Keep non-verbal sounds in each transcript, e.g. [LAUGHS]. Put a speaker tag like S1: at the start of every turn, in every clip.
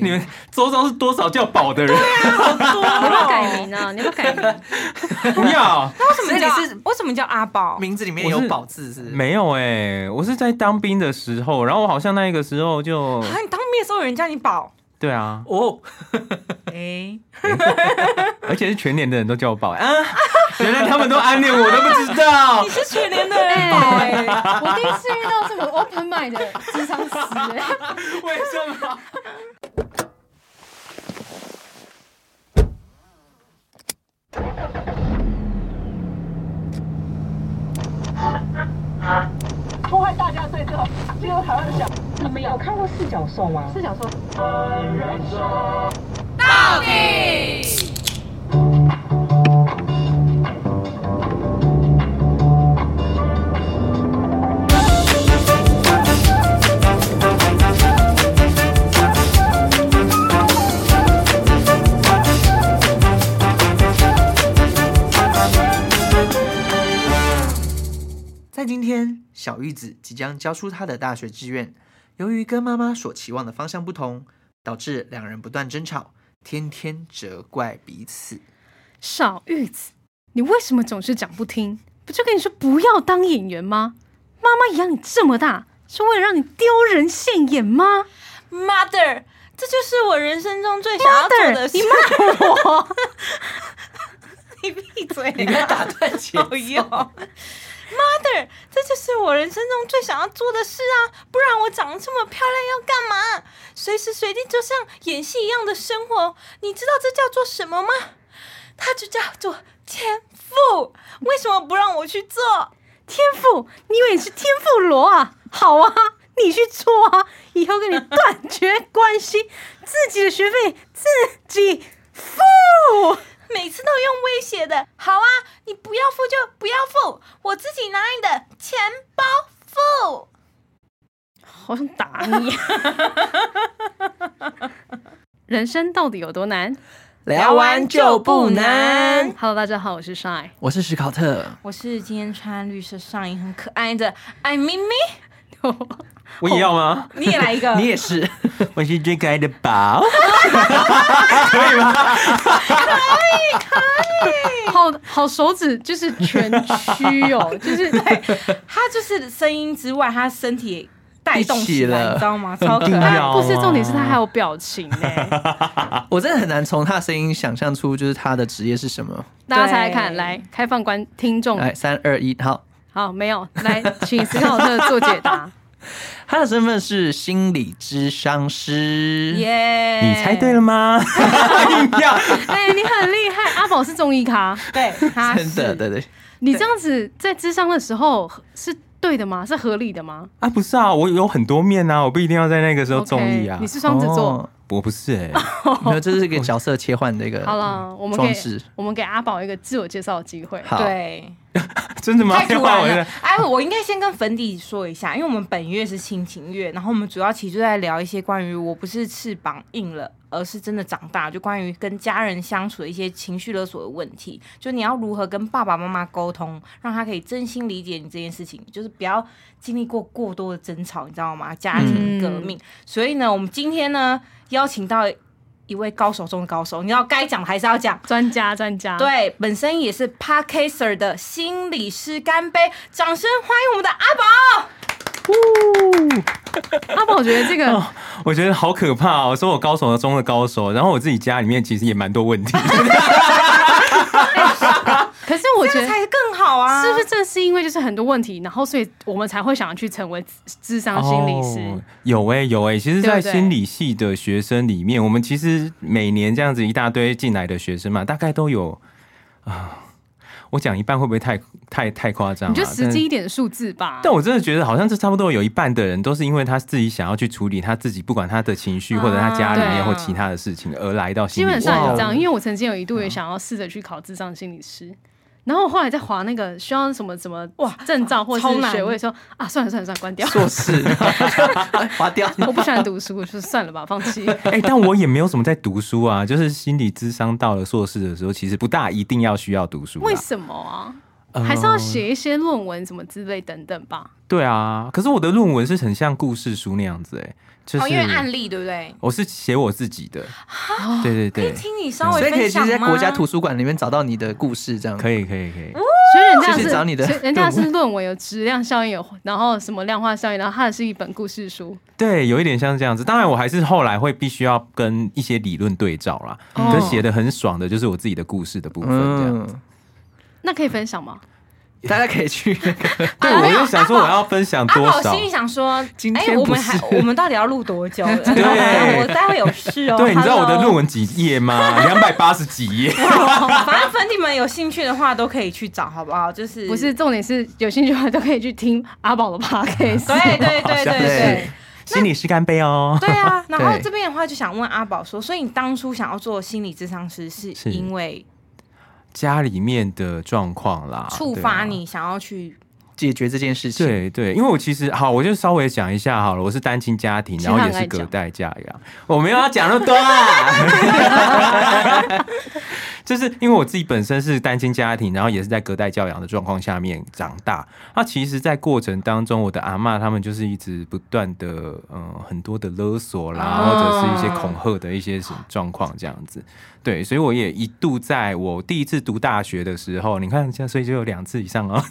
S1: 你们周遭是多少叫宝的人？
S2: 你要不要改名啊？你要不要改
S3: [LAUGHS]
S2: 名？
S1: [LAUGHS] 不要，
S4: 那为什么
S5: 所以
S4: 叫
S5: 你是
S4: 为什么叫阿宝？
S5: 名字里面有宝字是不是？
S1: 没有哎、我是在当兵的时候，然后我好像那个时候就
S4: 啊，你当面的时候有人叫你宝，
S1: 对啊，
S5: 哦，
S4: 哎，
S1: 而且是全连的人都叫我宝啊，原来他们都暗恋我都不知道
S4: 你。是全年的 [LAUGHS] 人宝哎，
S3: 对，我第一次遇到这么 open mind 的智商师、哎
S1: 为什么？
S6: 破坏大家对这个这个台湾的想。你们有看过四角兽吗？
S3: 是想说，
S5: 在今天，小玉子即将交出她的大学志愿。由于跟妈妈所期望的方向不同，导致两人不断争吵，天天责怪彼此。
S3: 小玉子，你为什么总是讲不听？不就跟你说不要当演员吗？妈妈养你这么大，是为了让你丢人现眼吗
S4: Mother，这就是我人生中最想要做的事。
S3: Mother，
S4: 骂我，你闭嘴！
S5: [LAUGHS] 你别打断姐，
S4: 好用，Mother，这就是我人生中最想要做的事啊！不然我长得这么漂亮要干嘛？随时随地就像演戏一样的生活，你知道这叫做什么吗？它就叫做天赋。为什么不让我去做？
S3: 天赋，你以为你是天赋罗啊？好啊，你去做啊！以后跟你断绝关系，自己的学费自己付。
S4: 每次都用威胁的，好啊，你不要付就不要付，我自己拿你的钱包付。
S3: 好想打你！人生到底有多难
S5: [LAUGHS] 聊完就不
S4: 难。
S3: ？Hello，大家好，我是 Shy。
S5: 我是史考特，
S4: 我是今天穿绿色上衣很可爱的艾咪咪，
S1: 我也要
S4: [LAUGHS]
S1: 吗？
S4: 你也来一个，
S5: [LAUGHS] [LAUGHS] 你也是。
S1: 我是最可爱的宝。
S3: 好好手指就是全虚 [LAUGHS] 哦，就是
S4: 他就是声音之外，他身体也带动
S5: 一起
S4: 起来，
S5: 了
S4: 你知道吗？超可
S1: 很重
S4: 爱
S1: 要。
S3: 不是重点，是他还有表情呢。
S5: 我真的很难从他的声音想象出就是他的职业是什么。
S3: 大家猜猜看，来开放观听众，
S5: 来，三二一，好，
S3: 好没有？来，请斯考特做解 [LAUGHS] 答。
S5: 他的身份是心理咨商师。
S1: [LAUGHS]
S4: 耶！
S1: 你猜对了，吗？ [LAUGHS] 硬要
S3: 哎、你很厉害，阿宝是中医咖，
S4: 对，他
S5: [LAUGHS] 真的，
S4: 是
S5: 对对，
S3: 你这样子在智商的时候是对的吗？是合理的吗？
S1: 啊，不是啊，我有很多面啊，我不一定要在那个时候中意
S3: OK，
S1: 啊
S3: 你。是双子座。
S5: 哦
S1: 我不是哎、
S4: 哦
S5: 没有，这是一个角色切换的一个
S3: 好了，我们
S5: 装
S3: 给
S5: 置。
S3: 我们给阿宝一个自我介绍的机会。
S5: 好，
S4: 对，
S1: [LAUGHS] 真的吗？
S4: 太
S1: 要
S4: 突
S1: [LAUGHS] 换我
S4: 然
S1: 一
S4: 了
S1: 下。
S4: 哎，我应该先跟粉底说一下，因为我们本月是亲情月，然后我们主要其实就在聊一些关于我不是翅膀硬了，而是真的长大，就关于跟家人相处的一些情绪勒索的问题，就你要如何跟爸爸妈妈沟通，让他可以真心理解你这件事情，就是不要经历过过多的争吵，你知道吗？家庭革
S1: 嗯
S4: 命。所以呢，我们今天呢邀请到一位高手中的高手，你要该讲的还是要讲。
S3: 专家，专家，，
S4: 对，本身也是 Parkaser 的心理师干杯，掌声欢迎我们的阿宝。
S3: 阿宝觉得这个
S1: 我觉得好可怕哦！说我高手中的高手，然后我自己家里面其实也蛮多问题的。
S3: 可是我觉
S4: 这
S3: 得
S4: 样。才更好啊！
S3: 是不是正是因为就是很多问题，然后所以我们才会想要去成为智商心理师？
S1: 哦有哎、有哎、其实，在
S3: 对不对
S1: 心理系的学生里面，我们其实每年这样子一大堆进来的学生嘛，大概都有啊。我讲一半会不会太太太夸张、啊？
S3: 你就实
S1: 但
S3: 际一点数字吧。
S1: 但我真的觉得，好像这差不多有一半的人都是因为他自己想要去处理他自己，不管他的情绪或者他家里
S3: 对
S1: 面
S3: 啊
S1: 或其他的事情，而来到
S3: 基
S1: 心理
S3: 本
S1: 系。
S3: 上也这
S5: 哇哦
S3: 样，因为我曾经有一度也想要试着去考智商心理师，然后我后来在划那个需要什么什么哇证照或是
S4: 超难
S3: 学位的时候啊，算了算了算了，关掉。
S5: 硕士，哎划
S4: [LAUGHS]
S5: 掉。
S3: 我不喜欢读书，我就算了吧，放弃。
S1: 哎、但我也没有什么在读书啊，就是心理智商到了硕士的时候，其实不大一定要需要读书啦。
S3: 为什么啊？
S1: 呃
S7: 还是要写一些论文什么之类等等吧。
S1: 对啊，可是我的论文是很像故事书那样子、哎，就是、
S4: 哦，因为案例对不对？
S1: 我是写我自己的，对对
S4: 可
S1: 对，
S4: 以听你稍微
S5: 所以可以
S4: 分
S5: 去
S4: 享
S5: 在
S4: 吗？
S5: 国家图书馆里面找到你的故事，这样
S1: 可以可以可以，
S4: 哦
S7: 所以人家
S5: 就是是找你的
S7: 所以人家是论文有质量效应有，然后什么量化效应，然后它也是一本故事书。
S1: 对，有一点像这样子。当然，我还是后来会必须要跟一些理论对照啦，
S7: 哦
S1: 可是写的很爽的就是我自己的故事的部分，这
S4: 啊
S1: 样。
S5: 嗯，
S7: 那可以分享吗？
S5: 大家可以去那个
S1: 对，
S4: 啊
S1: 我
S4: 没有
S1: 就想说我要分享
S4: 阿
S1: 多
S4: 宝
S1: 少
S4: 心。里想说，
S5: 今
S4: 哎、
S5: 天
S4: 我
S5: 不
S4: 们
S5: 是
S4: 还我们到底要录多久 [LAUGHS] 了？
S1: 对
S4: 我待会有事哦。
S1: 对，你知道我的
S4: hello
S1: 论文几页吗？
S4: [LAUGHS]
S1: 两百八十几页。
S4: 反正粉底们有兴趣的话，都可以去找，好不好？就是
S7: 不是，重点是有兴趣的话都可以去听阿宝的 podcast。
S4: 对对 [LAUGHS] 对对
S1: 像
S4: 对
S5: 是
S1: 心理师干杯哦。
S4: 对啊。然后
S5: 对
S4: 这边的话，就想问阿宝说，所以你当初想要做心理咨商师，是
S1: 是
S4: 因为
S1: 家里面的状况啦，
S4: 触
S1: 对啊
S4: 发。你想要去
S5: 解决这件事情。
S1: 对对，因为我其实好，我就稍微讲一下好了。我是单亲家庭，
S7: 其实
S1: 然后
S7: 他
S1: 也
S7: 很
S1: 是
S7: 爱
S1: 隔
S7: 讲
S1: 代教养，我没有要讲那么多啊。
S7: [LAUGHS]
S1: 就是因为我自己本身是单亲家庭，然后也是在隔代教养的状况下面长大。那其实，在过程当中，我的阿嬷他们就是一直不断的，嗯、很多的勒索啦，
S4: 哦
S1: 或者是一些恐吓的一些状况这样子。对，所以我也一度在我第一次读大学的时候，你看，像所以就有两次以上哦。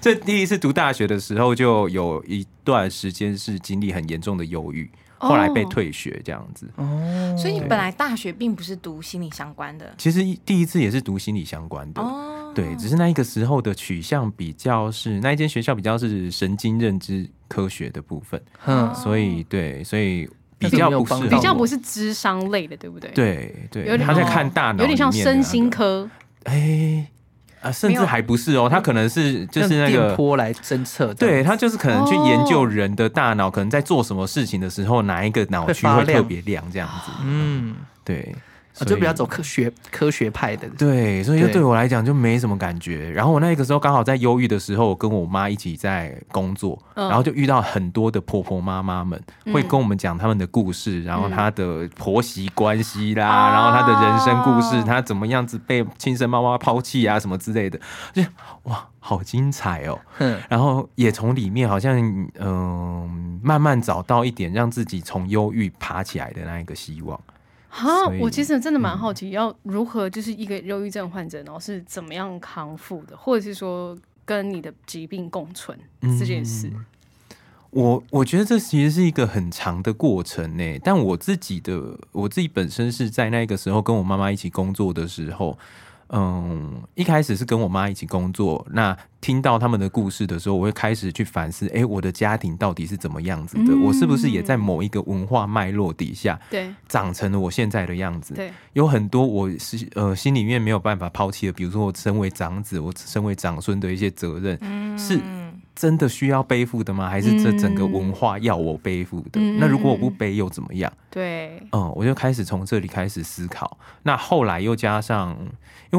S1: 这第一次读大学的时候，就有一段时间是经历很严重的忧郁，
S7: 哦
S1: 后来被退学这样子。
S5: 哦，
S4: 所以你本来大学并不是读心理相关的
S1: 其实一第一次也是读心理相关的。
S4: 哦，
S1: 对，只是那一个时候的取向比较是那一间学校比较是神经认知科学的部分，
S5: 嗯，
S1: 所以对，所以比
S5: 但是
S1: 较
S5: 没有
S1: 不适
S5: 帮
S1: 合，
S5: 到
S7: 比较
S5: 我
S7: 不是智商类的，对不对？，
S1: 对对，
S7: 有点
S1: 他在
S7: 像
S1: 看大脑、
S7: 有点像身心，科。
S1: 哎、啊，甚
S4: 没
S1: 至
S4: 有
S1: 还不是哦，他可能是就是
S5: 用
S1: 那
S5: 电
S1: 个
S5: 波来侦测，
S1: 对，他就是可能去研究
S7: 哦
S1: 人的大脑，可能在做什么事情的时候，哪一个脑
S5: 会
S1: 区
S5: 发
S1: 会特
S5: 亮
S1: 别亮，这样子。
S5: 嗯，
S1: 对，
S5: 我
S1: 所
S5: 就
S1: 以
S5: 比较走科学科学派的，
S1: 对，所以就
S5: 对
S1: 对我来讲就没什么感觉。然后我那个时候刚好在忧郁的时候，我跟我妈一起在工作，
S7: 嗯
S1: 然后就遇到很多的婆婆妈妈们
S5: 嗯
S1: 会跟我们讲他们的故事，然后她的婆媳关系啦，
S5: 啊
S1: 然后她的人生故事，她怎么样子被亲生妈妈抛弃啊什么之类的，就哇，好精彩哦！
S5: 哼，
S1: 然后也从里面好像嗯、慢慢找到一点让自己从忧郁爬起来的那一个希望。
S7: 啊
S1: 所以，
S7: 我其实真的蛮好奇，要如何就是一个忧郁症患者，然后是怎么样康复的，或者是说跟你的疾病共存这件事。
S1: 我我觉得这其实是一个很长的过程呢，但我自己的我自己本身是在那个时候跟我妈妈一起工作的时候，嗯，一开始是跟我妈一起工作，那听到他们的故事的时候，我会开始去反思，诶，我的家庭到底是怎么样子的？
S7: 嗯
S1: 我是不是也在某一个文化脉络底下
S7: 对
S1: 长成了我现在的样子？
S7: 对，
S1: 有很多我是呃心里面没有办法抛弃的，比如说我身为长子，我身为长孙的一些责任，是真的需要背负的吗？还是这整个文化要我背负的？
S7: 嗯
S1: 那如果我不背又怎么样？
S7: 对，
S1: 嗯，我就开始从这里开始思考。那后来又加上，因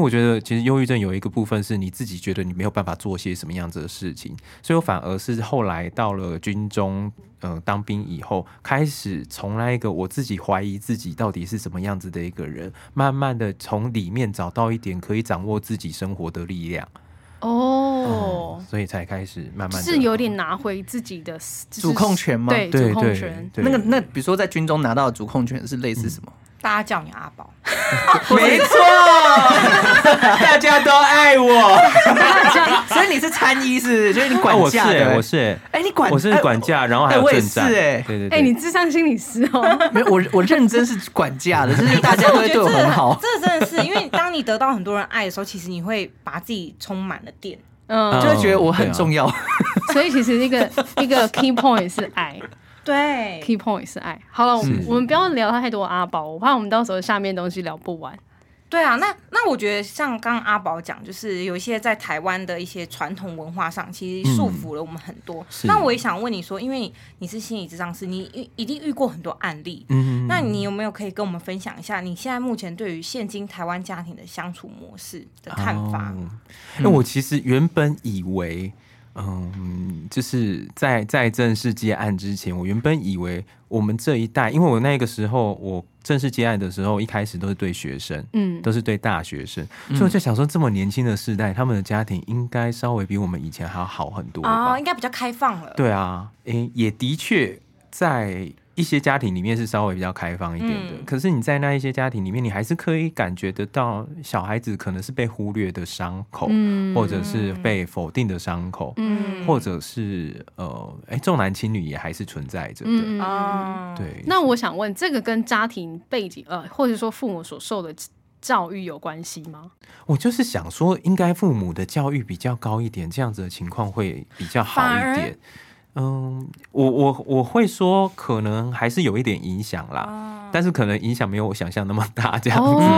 S1: 为我觉得其实忧郁症有一个部分是你自己觉得你没有办法做些什么样子的事情，所以我反而是后来到了军中，呃，当兵以后，开始从那一个我自己怀疑自己到底是什么样子的一个人，慢慢的从里面找到一点可以掌握自己生活的力量，
S7: 哦，
S1: 所以才开始慢慢地
S7: 是有点拿回自己的就是
S5: 主控权吗
S7: 对，
S1: 对
S7: 主控
S1: 对
S7: 权。
S1: 对
S5: 那个那比如说在军中拿到的主控权是类
S4: [LAUGHS]
S5: 似什么？
S4: 大家叫你阿宝，
S5: 没
S4: [LAUGHS]
S5: 错，
S1: 大家都爱我，
S5: [LAUGHS] 所以你是参一是，就是你
S1: 啊
S5: 管
S1: 我是
S5: 架
S1: 欸、
S5: 的，
S1: 我是欸、
S5: 哎，你管
S1: 我是
S5: 哎
S1: 管架，然后还
S5: 哎
S1: 有
S5: 我也
S1: 正战，
S5: 是欸
S1: 对对对，
S7: 哎，你智商心理师
S1: [LAUGHS]
S7: 哦，
S5: 没有我我认真是管架的，就是大家都
S4: 我
S5: 会
S4: 觉得
S5: 对我很好，
S4: 这真的是因为当你得到很多人爱的时候，其实你会把自己充满了电。
S1: 这
S7: 嗯
S1: 这，
S5: 就会觉得我很
S1: 嗯对啊
S5: 重要。
S7: 所以其实一个一个 key point 是爱
S4: 对
S7: ，key point 是爱。好了，我们
S1: 是
S7: 我们不要聊太多阿宝，我怕我们到时候下面东西聊不完。
S4: 对啊，那那我觉得像刚刚阿宝讲，就是有一些在台湾的一些传统文化上，其实束缚了我们很多。
S1: 是
S4: 那我也想问你说，因为你你是心理咨商师，你一一定遇过很多案例，
S1: 嗯
S4: 那你有没有可以跟我们分享一下你现在目前对于现今台湾
S1: 哦
S4: 家庭的相处模式的看法？
S1: 哦哎、我其实原本以为，嗯，就是在在正式接案之前，我原本以为我们这一代，因为我那个时候我正式接案的时候，一开始都是对学生，
S7: 嗯，
S1: 都是对大学生，所以
S4: 嗯
S1: 我就想说，这么年轻的世代，他们的家庭应该稍微比我们以前还要好很多吧？
S4: 啊，应该比较开放了。
S1: 对啊，诶、也的确在一些家庭里面是稍微比较开放一点的，
S4: 嗯
S1: 可是你在那一些家庭里面，你还是可以感觉得到小孩子可能是被忽略的伤口，
S7: 嗯
S1: 或者是被否定的伤口，
S7: 嗯
S1: 或者是呃，哎、重男轻女也还是存在着的，
S7: 嗯啊。
S4: 啊，
S1: 对。
S7: 那我想问，这个跟家庭背景呃，或者说父母所受的教育有关系吗？
S1: 我就是想说，应该父母的教育比较高一点，这样子的情况会比较好
S4: 反
S1: 一
S4: 而
S1: 点。嗯，我我我会说，可能还是有一点影响啦，但是可能影响没有我想象那么大，这样子。
S7: 哦，，
S1: 啊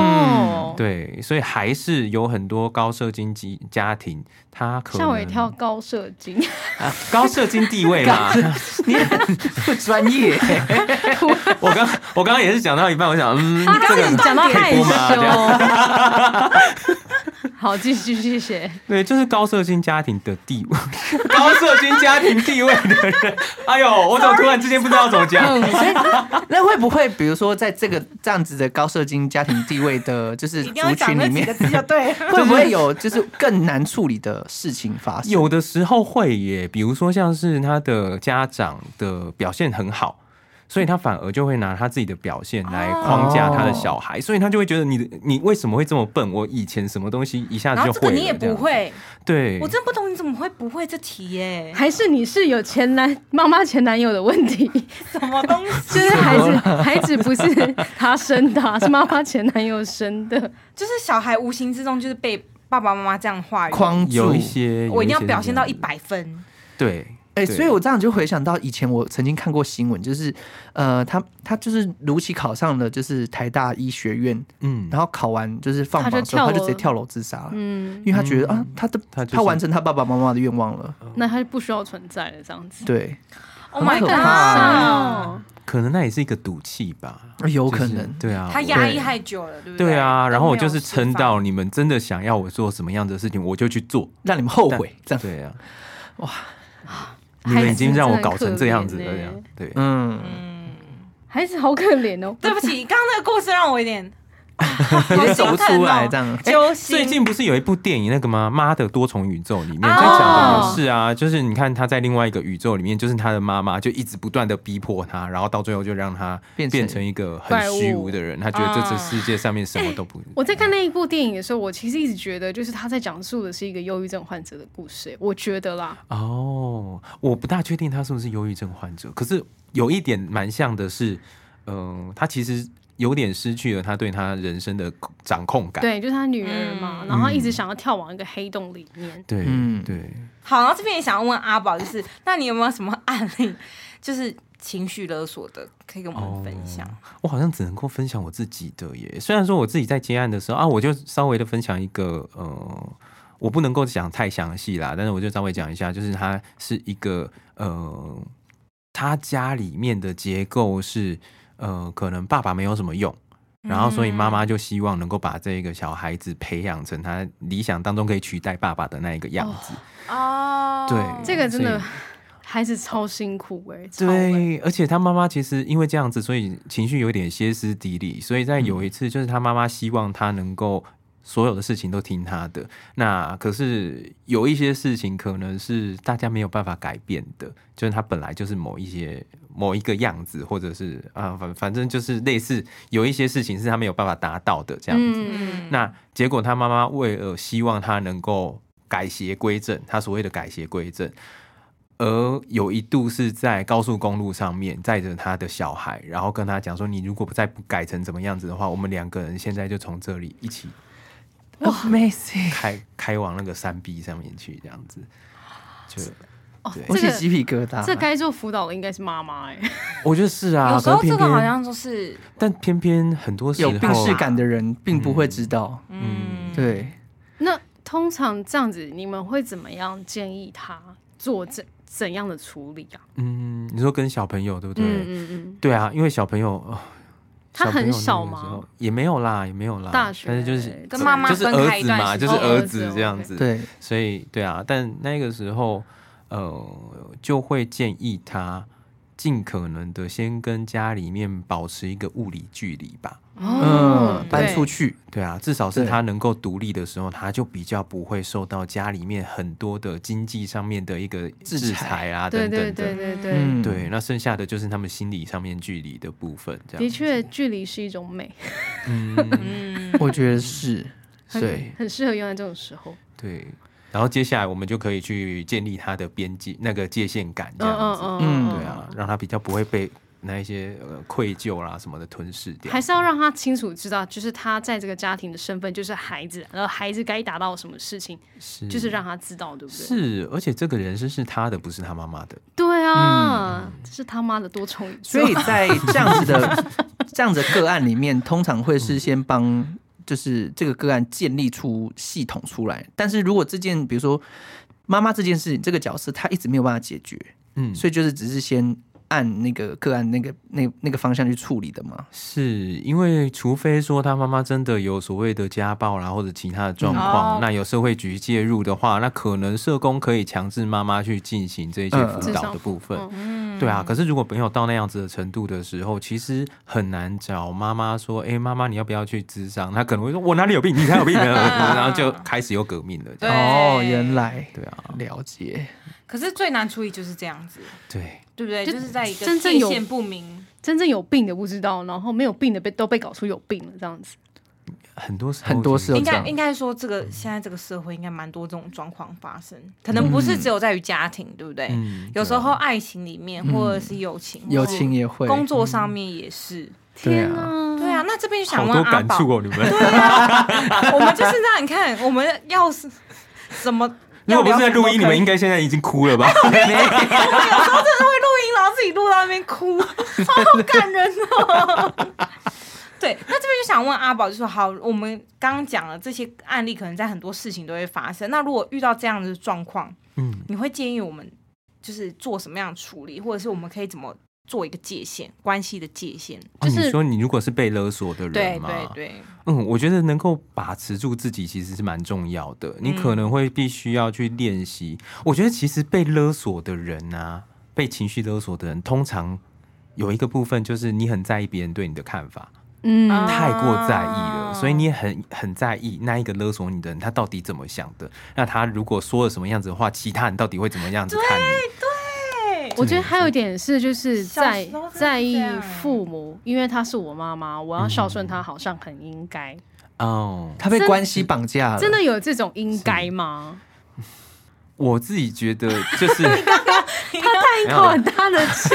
S1: 嗯 [LAUGHS] 对，所以还是有很多高社经济家庭，他可能
S7: 吓我一跳，高射精，
S1: 啊高社经地位啦。
S5: 你很专
S1: [LAUGHS]
S5: 业，
S1: 我刚我刚刚也是讲到一半，我想嗯，
S7: 刚
S1: 这个
S7: 刚讲到害
S1: 可以播吗这
S7: 羞。 [LAUGHS] 好，继续，谢谢。
S1: 对，就是高社经家庭的地
S7: [LAUGHS]
S1: 位，高社经家庭地位的人。哎呦，我怎么突然之间不知道怎么
S7: [LAUGHS]
S1: 讲？
S5: 那会不会比如说在这个这样子的高社经家庭地位的，就是
S4: 一定要
S5: 族
S4: 讲
S5: 群
S4: 那
S5: 里
S4: 几个
S5: 面，
S4: 字就对
S1: [LAUGHS]
S4: 了。
S5: 会不会有就是更难处理的事情发生？
S1: 有的时候会耶，比如说像是他的家长的表现很好。所以他反而就会拿他自己的表现来
S4: 哦
S1: 框架他的小孩，所以他就会觉得你的你为什么会这么笨？我以前什么东西一下子
S4: 然
S1: 就
S4: 后
S1: 会
S4: 啊这个
S1: 了
S4: 你也
S1: 这
S4: 不
S1: 样
S4: 会，
S1: 对，
S4: 我真不懂你怎么会不会这题耶、 [LAUGHS]
S7: 还是你是有前男妈妈前男友的问题，
S4: 什么东西？
S7: 就是孩子孩子不是他生的啊、是妈妈前男友生的。
S4: 就是小孩无形之中就是被爸爸妈妈这样话语，
S5: 框住
S1: 有一些，
S4: 我一定
S1: 有
S4: 要
S1: 些
S4: 表现到
S1: 这
S4: 一
S1: 样子，
S4: 百分。
S1: 对，对
S5: 哎、所以我这样就回想到以前我曾经看过新闻，就是呃，他他就是如期考上了就是台大医学院，
S1: 嗯，
S5: 然后考完就是放榜之
S7: 他就跳楼
S5: 后，他就直接跳楼自杀了，
S7: 嗯，
S5: 因为他觉得、啊，他的
S1: 他就是哦
S5: 他完成他爸爸妈妈的愿望了，
S7: 那他就不需要存在了，这样子。
S5: 对，
S4: Oh my
S5: 可
S7: 啊
S4: god！、
S1: 啊
S5: 怕
S7: 哦
S1: 可能那也是一个赌气吧，
S5: 有
S1: 就是
S5: 可能。
S1: 对啊，
S4: 他
S1: 我
S4: 压抑太久了，对不对？
S1: 对啊，然后我就是撑到
S4: 都没有释
S1: 你们真的想要我做什么样的事情，我就去做。
S5: 让你们后悔这样。
S1: 对啊，
S5: 哇，
S1: 你们已经让我搞成这样子
S7: 孩子真
S1: 了，这
S7: 的很
S1: 样
S7: 可怜
S1: 对，
S5: 嗯，
S4: 放。嗯，
S7: 孩子好可怜哦。
S4: 对不起，刚刚那个故事让我
S1: [LAUGHS]
S4: 有点有
S5: 也走不出
S4: [LAUGHS]
S5: 来这样。
S4: 哦揪心。
S1: 最近不是有一部电影那个吗？《妈的多重宇宙》里面
S4: 哦
S1: 就讲的也是啊，就是你看他在另外一个宇宙里面，就是他的妈妈就一直不断的逼迫他，然后到最后就让他
S5: 变成
S1: 变成一个很
S7: 怪物啊
S1: 虚无的人，他觉得这这世界上面什么都
S5: 哎
S1: 不。
S7: 我在看那一部电影的时候，我其实一直觉得，就是他在讲述的是一个忧郁症患者的故事。我觉得啦，
S1: 哦，我不大确定他是不是忧郁症患者，可是有一点蛮像的是，嗯、他其实有点失去了他对他人生的掌控感。
S7: 对，就是他女儿嘛，
S4: 嗯
S7: 然后一直想要跳往一个黑洞里面。
S1: 对，
S5: 嗯
S1: 对，
S4: 好，然后这边也想要问阿宝，就是那你有没有什么案例，就是情绪勒索的，可以跟我
S1: 哦
S4: 们分享？
S1: 我好像只能够分享我自己的耶。虽然说我自己在接案的时候啊，我就稍微的分享一个，呃，我不能够讲太详细啦，但是我就稍微讲一下，就是他是一个，呃，他家里面的结构是，呃，可能爸爸没有什么用。然后，所以妈妈
S7: 嗯
S1: 就希望能够把这个小孩子培养成他理想当中可以取代爸爸的那一个样子。
S4: 哦
S1: 对
S7: 这个真的
S1: 所
S7: 孩子超辛苦哎、欸，超累
S1: 对，而且他妈妈其实因为这样子，所以情绪有点歇斯底里。所以在有一次，就是他妈妈希望他能够所有的事情都听他的。那可是有一些事情可能是大家没有办法改变的，就是他本来就是某一些某一个样子，或者是啊反反正就是类似有一些事情是他没有办法达到的这样子。
S7: 嗯，
S1: 那结果他妈妈为了希望他能够改邪归正，他所谓的改邪归正，而有一度是在高速公路上面载着他的小孩，然后跟他讲说：“你如果再不改成怎么样子的话，我们两个人现在就从这里一起
S5: Amazing！
S1: 开开往那个山壁上面去，这样子。”就
S7: 哦
S1: 对，
S5: 我
S7: 这
S5: 起
S7: 个
S5: 鸡皮疙瘩。
S7: 这该做辅导的应该是妈妈
S3: 欸
S7: [LAUGHS] 哎，
S1: 我觉得是啊，
S4: 有时候
S1: 可是
S4: 这
S1: 偏
S4: 个
S1: 偏
S4: 好像就是，
S1: 但偏偏很多时
S5: 有
S1: 候啊
S5: 病逝感的人并不会知道。
S4: 嗯，
S5: 对，
S7: 那通常这样子，你们会怎么样建议他做怎怎样的处理啊？
S1: 嗯，你说跟小朋友对不对？
S7: 嗯嗯嗯，
S1: 对啊，因为小朋友，呃
S7: 他
S1: 小朋友
S7: 很小
S1: 那个时
S7: 吗
S1: 候？也没有啦，也没有啦。
S7: 大学
S1: 但是就是
S4: 跟妈妈
S1: 就是
S4: 分开
S1: 儿
S4: 一
S1: 子
S4: 段
S1: 嘛，
S4: 时
S1: 就
S4: 间
S1: 是
S7: 哦
S1: 儿
S7: 儿子
S1: 子
S7: 哦
S1: 这样子。，
S5: 对，
S1: 所以对啊，但那个时候呃，就会建议他尽可能的先跟家里面保持一个物理距离吧。
S4: 哦
S5: 嗯搬出
S4: 去，
S5: 去，
S1: 对啊，至少是
S5: 对
S1: 他能够独立的时候，他就比较不会受到家里面很多的经济上面的一个
S5: 制
S1: 制
S5: 裁
S1: 裁啊
S3: 对
S1: 等等的。
S3: 对对对对，
S5: 嗯，
S1: 对，那剩下的就是他们心理上面距离的部分，这样
S3: 的确，距离是一种美，
S1: 嗯，
S4: 嗯，
S5: 我觉得是，对，
S3: 很适合用在这种时候。
S1: 对。然后接下来我们就可以去建立他的边界那个界限感，这
S3: 嗯
S1: 样
S3: 嗯
S1: 子，
S3: 嗯，
S5: 嗯
S1: 对啊，让他比较不会被那一些呃愧疚啦什么的吞噬掉
S3: 还。是要让他清楚知道，就是他在这个家庭的身份就是孩子，然后孩子该达到什么事情，
S1: 是
S3: 就是让他知道，对不对？
S1: 是，而且这个人生是他的，不是他妈妈的。
S3: 对啊，这是他妈的多重宇宙
S5: 嗯
S3: [LAUGHS]
S5: 所。以在这样子的这样子的个案里面，通常会
S1: 嗯
S5: 是先帮就是这个个案建立出系统出来，但是如果这件比如说妈妈这件事情，这个角色他一直没有办法解决，
S1: 嗯，
S5: 所以就是只是先按那个个案那个那那个方向去处理的嘛。
S1: 是因为，除非说他妈妈真的有所谓的家暴啦，或者其他的状况，
S3: 嗯
S4: 哦
S1: 那有社会局介入的话，那可能社工可以强制妈妈去进行这些辅
S3: 嗯
S1: 导的部分。
S3: 嗯
S1: 对啊，可是如果没有到那样子的程度的时候，其实很难找妈妈说：“哎、妈妈，你要不要去咨商？”她可能会说：“我哪里有病？你才有病
S4: [LAUGHS]
S1: 呢！”然后就开始有革命了。这
S4: 对
S1: 样
S5: 哦，原来
S1: 对啊，
S5: 了解，
S4: 可是最难处理就是这样子，
S1: 对，
S4: 对不对？
S3: 就
S4: 就是在一个
S3: 真正
S4: 界
S3: 有
S4: 限不明，
S3: 真正有病的不知道，然后没有病的被都被搞出有病了，这样子。
S1: 很多时候
S5: 很多
S1: 其实
S5: 时候
S4: 应
S5: 这
S4: 该
S5: 样
S4: 应该说，这个现在这个社会应该蛮多这种状况发生，可能不是只有在于家庭，对不对？
S1: 嗯
S4: 有时候
S1: 对啊
S4: 爱情里面，
S5: 嗯
S4: 或者是友情，
S5: 友情也
S4: 或
S5: 会
S4: 者哦工
S1: 嗯
S4: 作上面也是。
S5: 对
S3: 天
S5: 啊，
S3: 啊，
S4: 对啊，那这边就想
S1: 好
S4: 问
S1: 多
S4: 阿
S1: 感
S4: 宝，啊
S1: 触哦，你们。 [LAUGHS]
S4: [LAUGHS] 我们就是让你看，我们要是怎么。
S1: 如果不是在录音，你们应
S4: 该
S1: 该现在已经哭
S4: [LAUGHS]
S1: 了吧？
S4: 会录音，然后自己录到那边哭，好感人哦。 [LAUGHS] 对，那这边就想问阿宝，就说好，我们刚刚讲了这些案例，可能在很多事情都会发生。那如果遇到这样的状况，
S1: [LAUGHS] 嗯，
S4: 你会建议我们就是做什么样的处理，或者是我们可以怎么做一个界限关系的界限？
S1: 哦，
S3: 就是
S1: 你说你如果是被勒索的
S4: 对
S1: 人嘛，
S4: 对对，
S1: 嗯，我觉得能够把持住自己其实是蛮重要的。你可能会必须要去练习。我觉得其实被勒索的人啊，被情绪勒索的人，通常有一个部分就是你很在意别人对你的看法，
S3: 嗯，
S4: 啊
S1: 太过在意了，所以你也很很在意那一个勒索你的人他到底怎么想的。那他如果说了什么样子的话，其他人到底会怎么样子看你？
S3: 我觉得还有一点是，就是在
S4: 小时候真的是
S3: 在意
S4: 这样
S3: 父母，因为她是我妈妈，我要孝顺她，好像很应该。
S1: 哦，
S5: 他被
S3: 真
S5: 关系绑架了，
S3: 真的有这种应该
S4: [LAUGHS]
S3: 吗？
S1: 我自己觉得就是。
S7: 一口很大的气，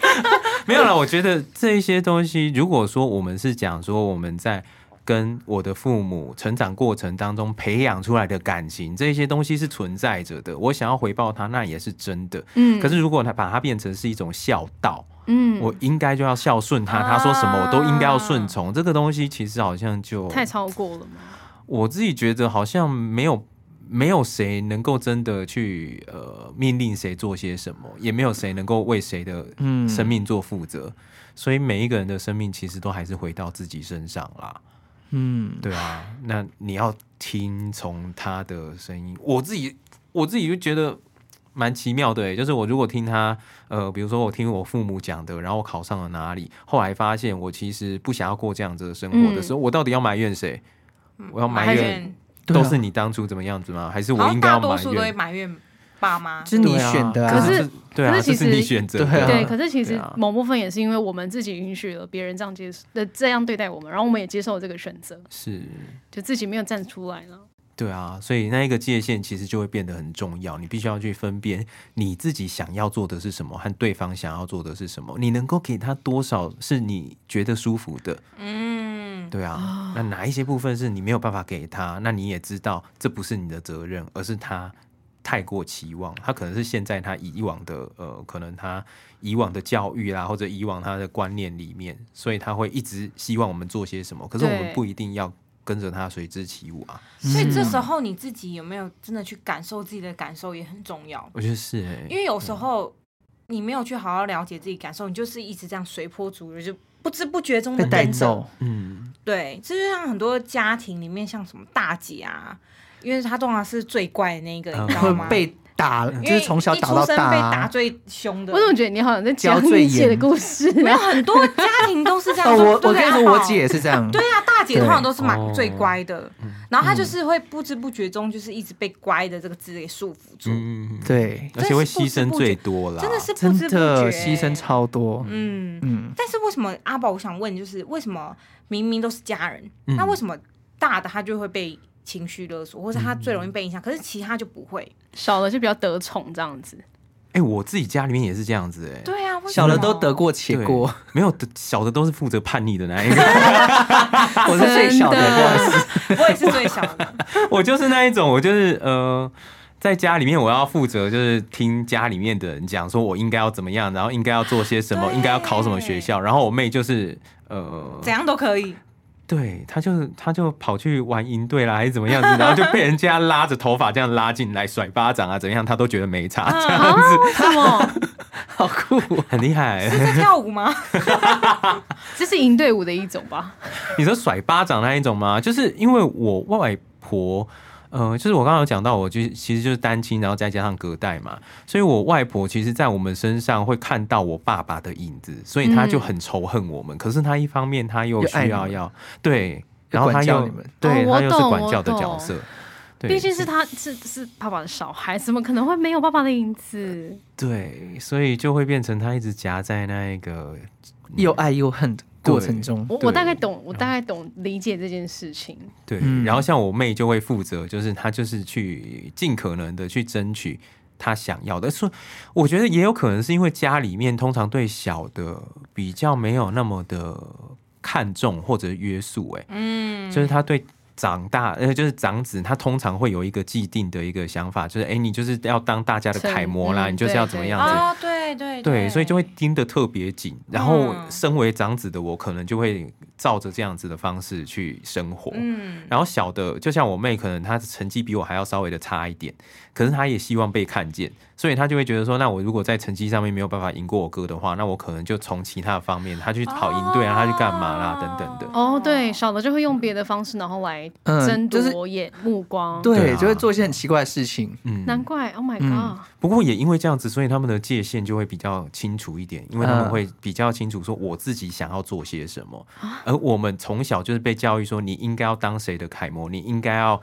S1: [LAUGHS] 没有啦，我觉得这一些东西，如果说我们是讲说我们在跟我的父母成长过程当中培养出来的感情，这些东西是存在着的。我想要回报他，那也是真的。
S3: 嗯，
S1: 可是如果他把它变成是一种孝道，
S3: 嗯，
S1: 我应该就要孝顺他，他说什么我都应该要顺从。这个东西其实好像就
S3: [LAUGHS] 啊太超过了吗？
S1: 我自己觉得好像没有没有谁能够真的去呃命令谁做些什么，也没有谁能够为谁的
S5: 嗯
S1: 生命做负责，所以每一个人的生命其实都还是回到自己身上啦。
S5: 嗯，
S1: 对啊，那你要听从他的声音。我自己我自己就觉得蛮奇妙的、欸，就是我如果听他，呃，比如说我听我父母讲的，然后我考上了哪里，后来发现我其实不想要过这样子的生
S3: 嗯
S1: 活的时候，我到底要埋怨谁？我要埋怨
S5: 对啊
S1: 都是你当初怎么样子吗？还是我
S4: 好
S1: 应
S4: 像
S1: 该
S4: 大
S1: 要
S4: 多
S1: 埋
S4: 数都会
S1: 怨？
S4: 埋怨爸妈。
S5: 这
S3: [LAUGHS]
S5: 是你选的啊，
S3: 可是
S1: 这对啊，
S3: 可
S1: 这
S3: 是其
S1: 是你
S3: 实
S1: 选择的，
S5: 对啊
S3: 对，可是其
S1: 对
S3: 实
S1: 啊
S3: 某部分也是因为我们自己允许了别人这样接呃这样对待我们，然后我们也接受了这个选择，
S1: 是，
S3: 就自己没有站出来了。
S1: 对啊，所以那一个界限其实就会变得很重要，你必须要去分辨你自己想要做的是什么和对方想要做的是什么，你能够给他多少是你觉得舒服的，
S4: 嗯，
S1: 对啊，那哪一些部分是你没有办法给他，那你也知道这不是你的责任，而是他太过期望，他可能是现在他以往的呃，可能他以往的教育啊啦，或者以往他的观念里面，所以他会一直希望我们做些什么，可是我们
S3: 对
S1: 不一定要跟着他随之起舞啊。
S4: 所
S5: 嗯
S4: 以这时候你自己有没有真的去感受自己的感受也很重要，
S1: 我觉得是、欸，
S4: 因为有时候你没有去好好了解自己感受，你就是一直这样随波逐流，就不知不觉中
S5: 被
S4: 的
S5: 带走。，
S1: 嗯，
S4: 对，这就像很多家庭里面，像什么大姐啊，因为她通常是最怪的那个，
S1: 嗯
S4: 你知道
S5: 会
S4: 吗？
S5: 被打，就
S4: 因为
S5: 是从小
S4: 一
S5: 打
S4: 出
S5: 到
S4: 生
S5: 大
S4: 被打
S5: 啊。
S4: 最凶的。
S3: 我怎么觉得你好像在讲
S5: 嚼最
S3: 你姐的
S5: 严
S3: 故事
S4: 没有
S3: 啊？
S4: 很多家庭都是这样
S5: 哦，
S4: 做？
S5: 我
S4: 对不
S5: 我
S4: 对
S5: 跟你说，我姐。也哦是这样。
S4: 对啊，大姐通常都是蛮
S1: 对
S4: 最乖的，然后
S5: 嗯
S4: 她就是会不知不觉中就是一直被“乖”的这个字给束缚住，
S1: 嗯，
S5: 对，
S1: 而且会牺牲最多啦，
S4: 真的是不
S5: 真
S4: 知不觉欸
S5: 的牺牲。超多。
S4: 嗯，
S5: 嗯，
S4: 但是为什么阿宝？我想问，就是为什么明明都是家人，
S1: 嗯
S4: 那为什么大的他就会被情绪勒索，或者他最容易被影响，可是其他就不会？
S3: 少了就比较得宠这样 [LAUGHS] 子，
S1: 哎、我自己家里面也是这样子哎、
S4: 对啊，为什
S5: 小
S4: 么
S5: 的都得过且
S1: 对
S5: 过，
S1: 没有小的都是负责叛逆的那一个， [LAUGHS]
S5: 我是最小的，
S3: 真的
S5: 不好意思。
S4: 我也是最小 [LAUGHS] 的，
S1: 我就是那一种，我就是呃，在家里面我要负责就是听家里面的人讲说我应该要怎么样，然后应该要做些什么，
S4: 对
S1: 应该要考什么学校，然后我妹就是呃，
S4: 怎样都可 [LAUGHS] 以。
S1: 对，她就是她就跑去玩营队啦，还是怎么样子，然后就被人家拉着头发这样拉进来甩巴掌啊，怎样，她都觉得没差，
S4: 嗯
S1: 这样
S3: 为啊什么？
S1: 好酷，哦很厉害。
S4: 是在跳舞吗？
S3: 这是营队伍的一种吧？
S1: 你说甩巴掌那一种吗？就是因为我外婆，呃，就是我刚刚有讲到，我就其实就是单亲，然后再加上隔代嘛，所以我外婆其实，在我们身上会看到我爸爸的影子，所以她就很仇恨我们。可是她一方面她又
S5: 嗯又爱
S1: 需要
S5: 你们
S1: 要对，然后她
S5: 管教
S1: 又
S5: 你们
S1: 对，
S3: 哦我
S1: 她又是
S3: 懂
S1: 管
S3: 我
S1: 教的角
S3: 懂
S1: 色。对
S3: 毕竟是他是是爸爸的小孩，怎么可能会没有爸爸的影子？
S1: 对，所以就会变成她一直夹在那一个
S5: 又爱又恨的过程中，
S3: 我我大概
S1: 对
S3: 懂，我大概懂理解这件事情。
S1: 对，
S5: 嗯
S1: 然后像我妹就会负责，就是她就是去尽可能的去争取她想要的。所以我觉得也有可能是因为家里面通常对小的比较没有那么的看重或者约束、欸，
S4: 嗯，
S1: 就是他对长大，呃，就是长子，他通常会有一个既定的一个想法，就是哎、你就是要当大家的
S3: 成
S1: 楷模啦，
S3: 嗯
S1: 你就是要怎么
S3: 对
S1: 样子。
S4: 哦，对对
S1: 对，所以就会盯得特别紧，然后
S4: 嗯
S1: 身为长子的我，可能就会照着这样子的方式去生活。
S4: 嗯，
S1: 然后小的，就像我妹，可能她成绩比我还要稍微的差一点，可是她也希望被看见，所以她就会觉得说，那我如果在成绩上面没有办法赢过我哥的话，那我可能就从其他方面，她去跑赢队啊，她去干嘛啦，等等的。
S3: 哦，对，少了就会用别的方式，然后来
S5: 嗯
S3: 争
S5: 就是
S3: 夺眼目光。
S1: 对啊
S5: 对，就会做一些很奇怪的事情。
S1: 嗯，
S3: 难怪，Oh my
S5: 嗯
S3: god！
S1: 不过也因为这样子，所以他们的界限就会比较清楚一点，因为他们会比较清楚说我自己想要做些什么，而我们从小就是被教育说你应该要当谁的楷模，你应该要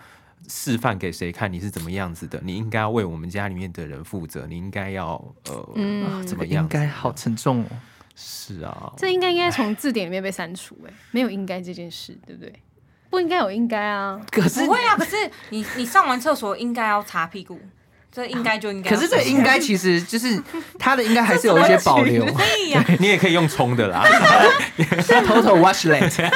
S1: 示范给谁看你是怎么样子的，你应该要为我们家里面的人负责，你应该要呃、
S3: 嗯
S1: 啊
S5: 这
S1: 怎
S5: 个
S1: 么
S5: 应
S1: 样？
S5: 该好沉重哦。
S1: 是啊，
S3: 这应该应该从字典里面被删除，哎，没有应该这件事，对不对？不应该有应该 [LAUGHS] 啊，
S5: 可是
S4: 不，会啊。可是你你上完厕所应该要擦屁股，这应该就应该
S5: 可
S4: 要擦。
S5: 是这应该其实就是他的应该还是有一些保 [LAUGHS] 留。
S4: 对呀，
S1: 你也可以用冲的啦，
S3: [LAUGHS]
S5: Total washlet，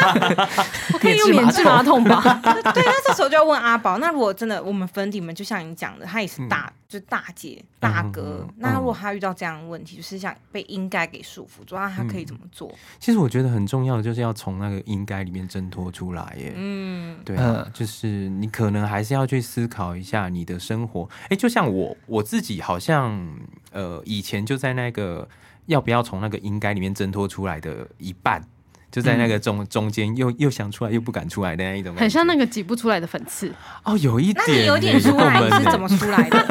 S3: 可以用免治马桶吧？
S4: 对，那这时候就要问阿宝，那如果真的我们粉底们就像你讲的，他也是大，就是大姐、大哥，
S1: 嗯嗯嗯嗯
S4: 那如果他遇到这样的问题，就是像被应该给束缚住，那他可以
S1: 嗯
S4: 怎么做？
S1: 其实我觉得很重要的就是要从那个应该里面挣脱出来耶。
S4: 嗯，
S1: 对啊，
S5: 嗯
S1: 就是你可能还是要去思考一下你的生活。哎，就像我我自己，好像呃以前就在那个要不要从那个应该里面挣脱出来的一半，就在那个中、中间又又想出来又不敢出来的那一种感觉，
S3: 很像那个挤不出来的粉刺，
S1: 哦，有一
S4: 那
S1: 点耶，
S4: 你有点出
S1: 够
S4: 来，
S1: 闷
S4: 你是
S1: 的
S4: 怎么出来的？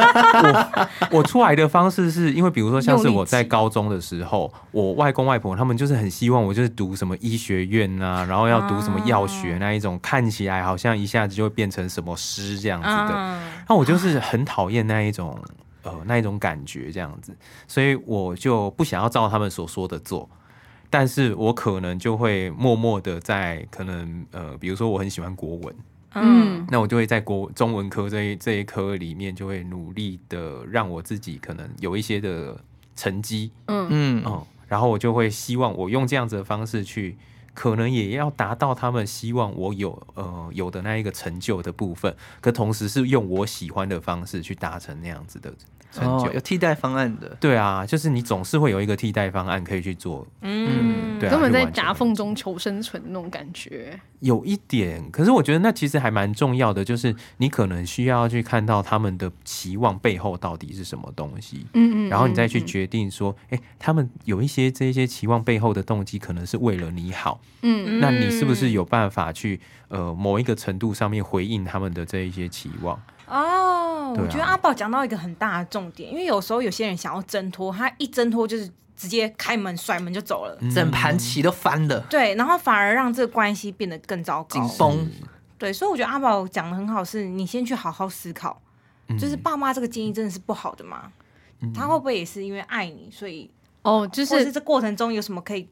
S1: 我出来的方式是因为，比如说像是我在高中的时候，我外公外婆他们就是很希望我就是读什么医学院啊，然后要读什么药学
S4: 啊
S1: 那一种，看起来好像一下子就会变成什么师这样子的。
S4: 嗯，
S1: 那我就是很讨厌那一种呃那一种感觉这样子，所以我就不想要照他们所说的做。但是我可能就会默默的在可能呃，比如说我很喜欢国文，
S4: 嗯，
S1: 那我就会在国中文科这一这一科里面，就会努力的让我自己可能有一些的成绩，
S3: 嗯，
S5: 嗯，
S1: 嗯，然后我就会希望我用这样子的方式去，可能也要达到他们希望我有呃有的那一个成就的部分，可同时是用我喜欢的方式去达成那样子的成就。
S5: 哦，有替代方案的。
S1: 对啊，就是你总是会有一个替代方案可以去做，
S4: 嗯，
S1: 对啊，
S3: 根本
S1: 去
S3: 在
S1: 完成
S3: 夹缝中求生存的那种感觉。
S1: 有一点，可是我觉得那其实还蛮重要的，就是你可能需要去看到他们的期望背后到底是什么东西，
S3: 嗯嗯，
S1: 然后你再去
S3: 嗯
S1: 决定说，哎、他们有一些这些期望背后的动机，可能是为了你好，
S3: 嗯，
S1: 那你是不是有办法去呃某一个程度上面回应他们的这一些期望？
S4: 哦？哦，
S1: 对啊
S4: 我觉得阿宝讲到一个很大的重点，因为有时候有些人想要挣脱，他一挣脱就是直接开门甩门就走
S1: 嗯
S4: 了，
S5: 整盘棋都翻了，
S4: 对，然后反而让这个关系变得更糟糕
S5: 紧。绷。
S4: 对，所以我觉得阿宝讲的很好，是你先去好好思考，
S1: 嗯
S4: 就是爸妈这个建议真的是不好的吗？他会不会也是因为爱你，所以
S3: 哦，就
S4: 或者是
S3: 是
S4: 这过程中有什么可以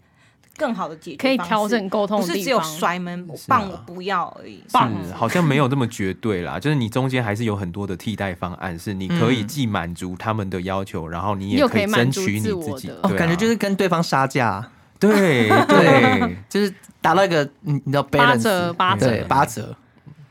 S4: 更好的解决？
S3: 可以调整，沟通
S4: 不
S3: 的
S4: 是
S3: 地
S4: 只有
S3: 方。
S4: 甩门我
S1: 是啊
S4: 棒我不要而已。
S1: 是嗯好像没有那么绝对啦， [LAUGHS] 就是你中间还是有很多的替代方案，是你可以
S5: 嗯
S1: 既满足他们的要求，然后你也
S3: 又
S1: 可
S3: 可
S1: 以
S3: 以
S1: 争
S3: 满足
S1: 取你
S3: 自我
S1: 己
S3: 的。
S5: 哦，
S1: 对啊
S5: 感
S1: [LAUGHS]
S5: 觉就是跟对方杀价啊，
S1: 对对，
S5: 就是达到一个你你知道 balance,
S3: 八折
S1: 嗯
S3: 八
S5: 对
S3: 折，
S5: 八折，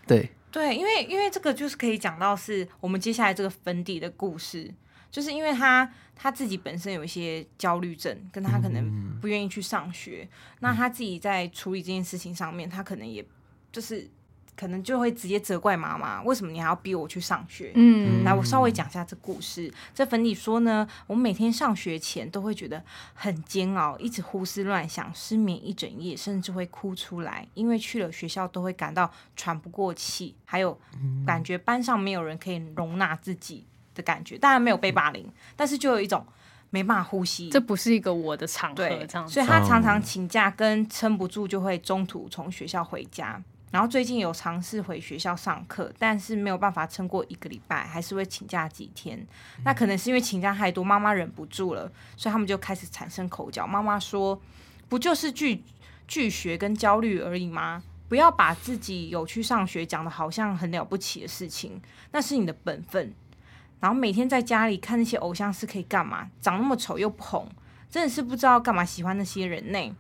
S5: 对，
S4: 对，因为因为这个就是可以讲到是我们接下来这个粉底的故事，就是因为他他自己本身有一些焦虑症，跟他可能不愿意去上学，那他自己在处理这件事情上面，他可能也就是可能就会直接责怪妈妈，为什么你还要逼我去上学？
S3: 嗯，
S4: 来，我稍微讲一下这故事。这粉底说呢，我每天上学前都会觉得很煎熬，一直胡思乱想，失眠一整夜，甚至会哭出来，因为去了学校都会感到喘不过气，还有感觉班上没有人可以容纳自己的感觉。当然没有被霸凌，但是就有一种没办法呼吸。
S3: 这不是一个我的场合，
S4: 对
S3: 这样，子
S4: 所以他常常请假跟撑不住，就会中途从学校回家。然后最近有尝试回学校上课，但是没有办法撑过一个礼拜，还是会请假几天。那可能是因为请假太多，妈妈忍不住了，所以他们就开始产生口角。妈妈说：“不就是拒拒学跟焦虑而已吗？不要把自己有去上学讲的好像很了不起的事情，那是你的本分。”然后每天在家里看那些偶像是可以干嘛？长那么丑又不红，真的是不知道干嘛喜欢那些人呢。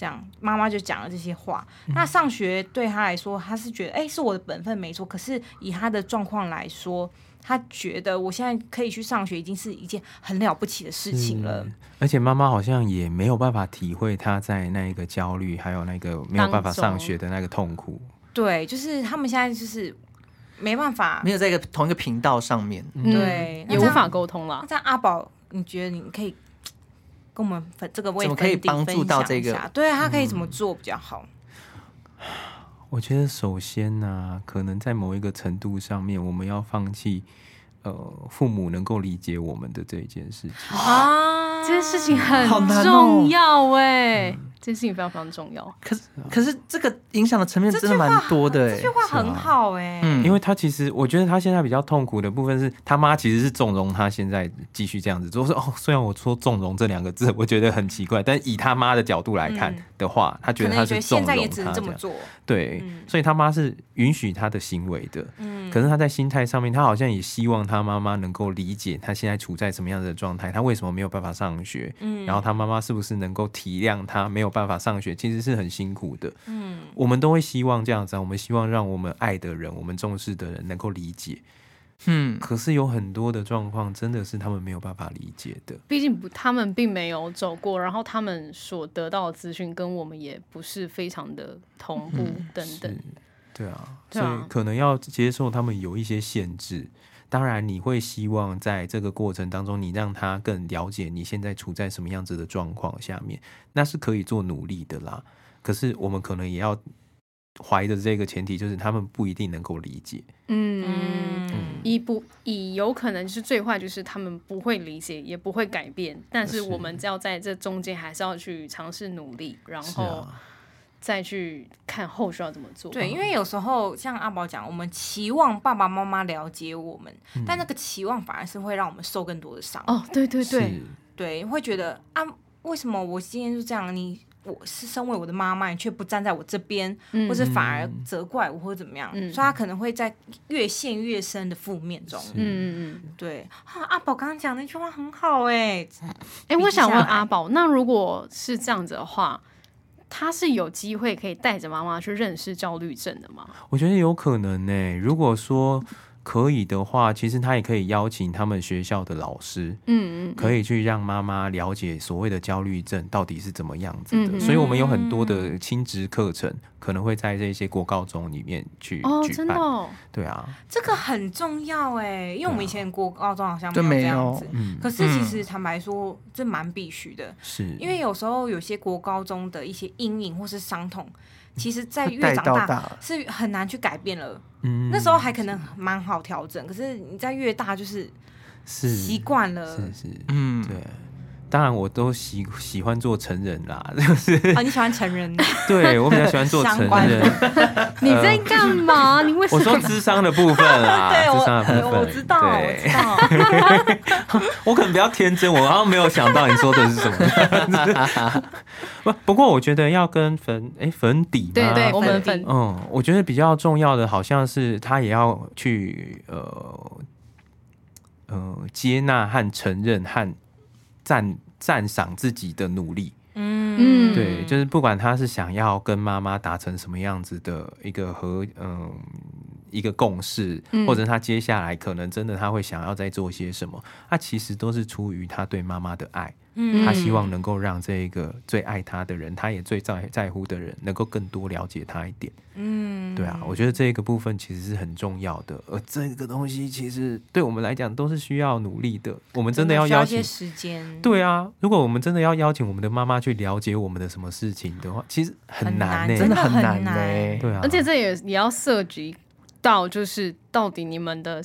S4: 这样，妈妈就讲了这些话。
S3: 嗯
S4: 那上学对他来说，他是觉得，哎、是我的本分没错。可是以他的状况来说，他觉得我现在可以去上学，已经是一件很了不起的事情了。
S3: 嗯
S1: 而且妈妈好像也没有办法体会他在那一个焦虑，还有那个没有办法上学的那个痛苦。
S4: 对，就是他们现在就是没办法
S5: 没，有在一个同一个频道上面。
S3: 嗯
S4: 对
S3: 也
S4: 那这
S3: 无
S4: 样
S3: 法沟通啦
S4: 那。哦这样阿宝，你觉得你可以跟我们分这个位
S5: 怎么可以
S4: 分地
S5: 帮助到
S4: 分享一
S5: 这个
S4: 下对啊他可以怎么做比较好？
S1: 我觉得首先呢、可能在某一个程度上面，我们要放弃。呃，父母能够理解我们的这一件事情，
S3: 啊，这件事情很
S5: 好难哦
S3: 重要哎、
S1: 嗯
S3: 这件事情非常非常重要。
S5: 可是可是这个影响的层面
S4: 这
S5: 真
S4: 句
S5: 的蛮多的、
S4: 这
S5: 欸
S4: 句，话很好哎、
S5: 嗯，
S1: 因为他其实，我觉得他现在比较痛苦的部分是，他妈其实是纵容他现在继续这样子做。就是哦，虽然我说纵容这两个字，我觉得很奇怪，但以他妈的角度来看
S4: 嗯
S1: 的话，他觉
S4: 可
S1: 得
S4: 能
S1: 他
S4: 你
S1: 是
S4: 觉得
S1: 纵
S4: 现
S1: 容他
S4: 在也只能这么
S1: 样
S4: 做，
S1: 对，
S4: 嗯
S1: 所以他妈是允许他的行为的。
S4: 嗯，
S1: 可是他在心态上面，他好像也希望他妈妈能够理解他现在处在什么样的状态，他为什么没有办法上学，
S4: 嗯
S1: 然后他妈妈是不是能够体谅他没有办法上学，其实是很辛苦的。
S4: 嗯，
S1: 我们都会希望这样子、啊，我们希望让我们爱的人、我们重视的人能够理解。
S5: 嗯，
S1: 可是有很多的状况，真的是他们没有办法理解的。
S3: 毕竟不，他们并没有走过，然后他们所得到的资讯跟我们也不是非常的同步，
S1: 嗯
S3: 等等。
S1: 对啊，
S3: 对
S1: 所
S3: 啊
S1: 以可能要接受他们有一些限制。当然，你会希望在这个过程当中，你让他更了解你现在处在什么样子的状况下面，那是可以做努力的啦。可是我们可能也要怀着这个前提，就是他们不一定能够理解。
S3: 嗯，以不以有可能是最坏，就是他们不会理解，也不会改变。但是我们只要在这中间，还是要去尝试努力，然
S1: 是
S3: 后
S1: 啊，
S3: 再去看后续要怎么做。
S4: 对，因为有时候像阿宝讲，我们期望爸爸妈妈了解我们，但那个期望反而是会让我们受更多的伤。
S3: 哦，对对对，
S1: 是，
S4: 对，会觉得啊，为什么我今天就这样？你我是身为我的妈妈，你却不站在我这边，
S3: 嗯
S4: 或是反而责怪我，或者怎么样？
S3: 嗯
S4: 所以他可能会在越陷越深的负面中。
S3: 嗯嗯嗯。
S4: 对，啊，阿宝刚刚讲那句话很好哎、
S3: 哎、
S4: 比
S3: 我想
S4: 下
S3: 问
S4: 来
S3: 阿宝，那如果是这样子的话，他是有机会可以带着妈妈去认识焦虑症的吗？
S1: 我觉得有可能呢、如果说可以的话，其实他也可以邀请他们学校的老师，
S3: 嗯嗯，
S1: 可以去让妈妈了解所谓的焦虑症到底是怎么样子的。
S3: 嗯嗯
S1: 所以我们有很多的
S4: 嗯
S1: 亲职课程，可能会在这些国高中里面去
S3: 哦，
S1: 举
S3: 真
S1: 办。
S3: 的、哦，
S1: 对啊，
S4: 这个很重要哎、因为我们以前国高中好像
S5: 对
S4: 没有
S5: 没
S4: 这
S5: 有
S4: 样子。
S1: 嗯，
S4: 可是其实坦白说，这蛮必须的，
S1: 是
S4: 因为有时候有些国高中的一些阴影或是伤痛，其实在越
S5: 带
S4: 长
S5: 到
S4: 大
S5: 大
S4: 是很难去改变了。
S1: 嗯
S4: 那时候还可能蛮好调整，可是你在越大就是
S1: 是
S4: 习惯了
S1: 是是，
S5: 嗯，
S1: 对。当然，我都喜喜欢做成人啦， [LAUGHS] 就是
S4: 啊，你喜欢成
S1: [LAUGHS]
S4: 人
S1: 对我比较喜欢做
S4: 相
S1: 成
S4: 关
S1: 人。
S7: 你在干嘛？你为什
S1: 呃我说
S7: 么？
S1: 智商的部分啦，
S4: [LAUGHS] 对
S1: 智商的部
S4: 我
S1: 分，
S4: 我知道我
S1: 对
S4: 知道，
S1: [LAUGHS] 我可能比较天真，我好像没有想到你说的是什么。不，不过我觉得要跟粉哎、粉底吗？
S3: [LAUGHS] 对对，我们
S4: 粉
S3: 粉
S4: 底
S1: 嗯，我觉得比较重要的好像是他也要去呃呃接纳和承认和赞赞赏自己的努力。
S4: 嗯
S1: 对，就是不管他是想要跟妈妈达成什么样子的一个和嗯一个共识，或
S4: 嗯
S1: 者他接下来可能真的他会想要再做些什么，他其实都是出于他对妈妈的爱，
S4: 嗯
S1: 他希望能够让这一个最爱他的人，他也最在在乎的人，能够更多了解他一点。
S4: 嗯
S1: 对啊，我觉得这个部分其实是很重要的，而这个东西其实对我们来讲都是需要努力的，我们真的要
S4: 需要
S1: 邀
S4: 一些
S1: 请
S4: 时间，
S1: 对啊，如果我们真的要邀请我们的妈妈去了解我们的什么事情的话，其实很难呢、欸
S4: 很
S5: 真的
S4: 难
S5: 很难欸
S4: 真的
S5: 呢、
S4: 很难
S1: 对啊，
S3: 而且这也也要涉及到，就是到底你们的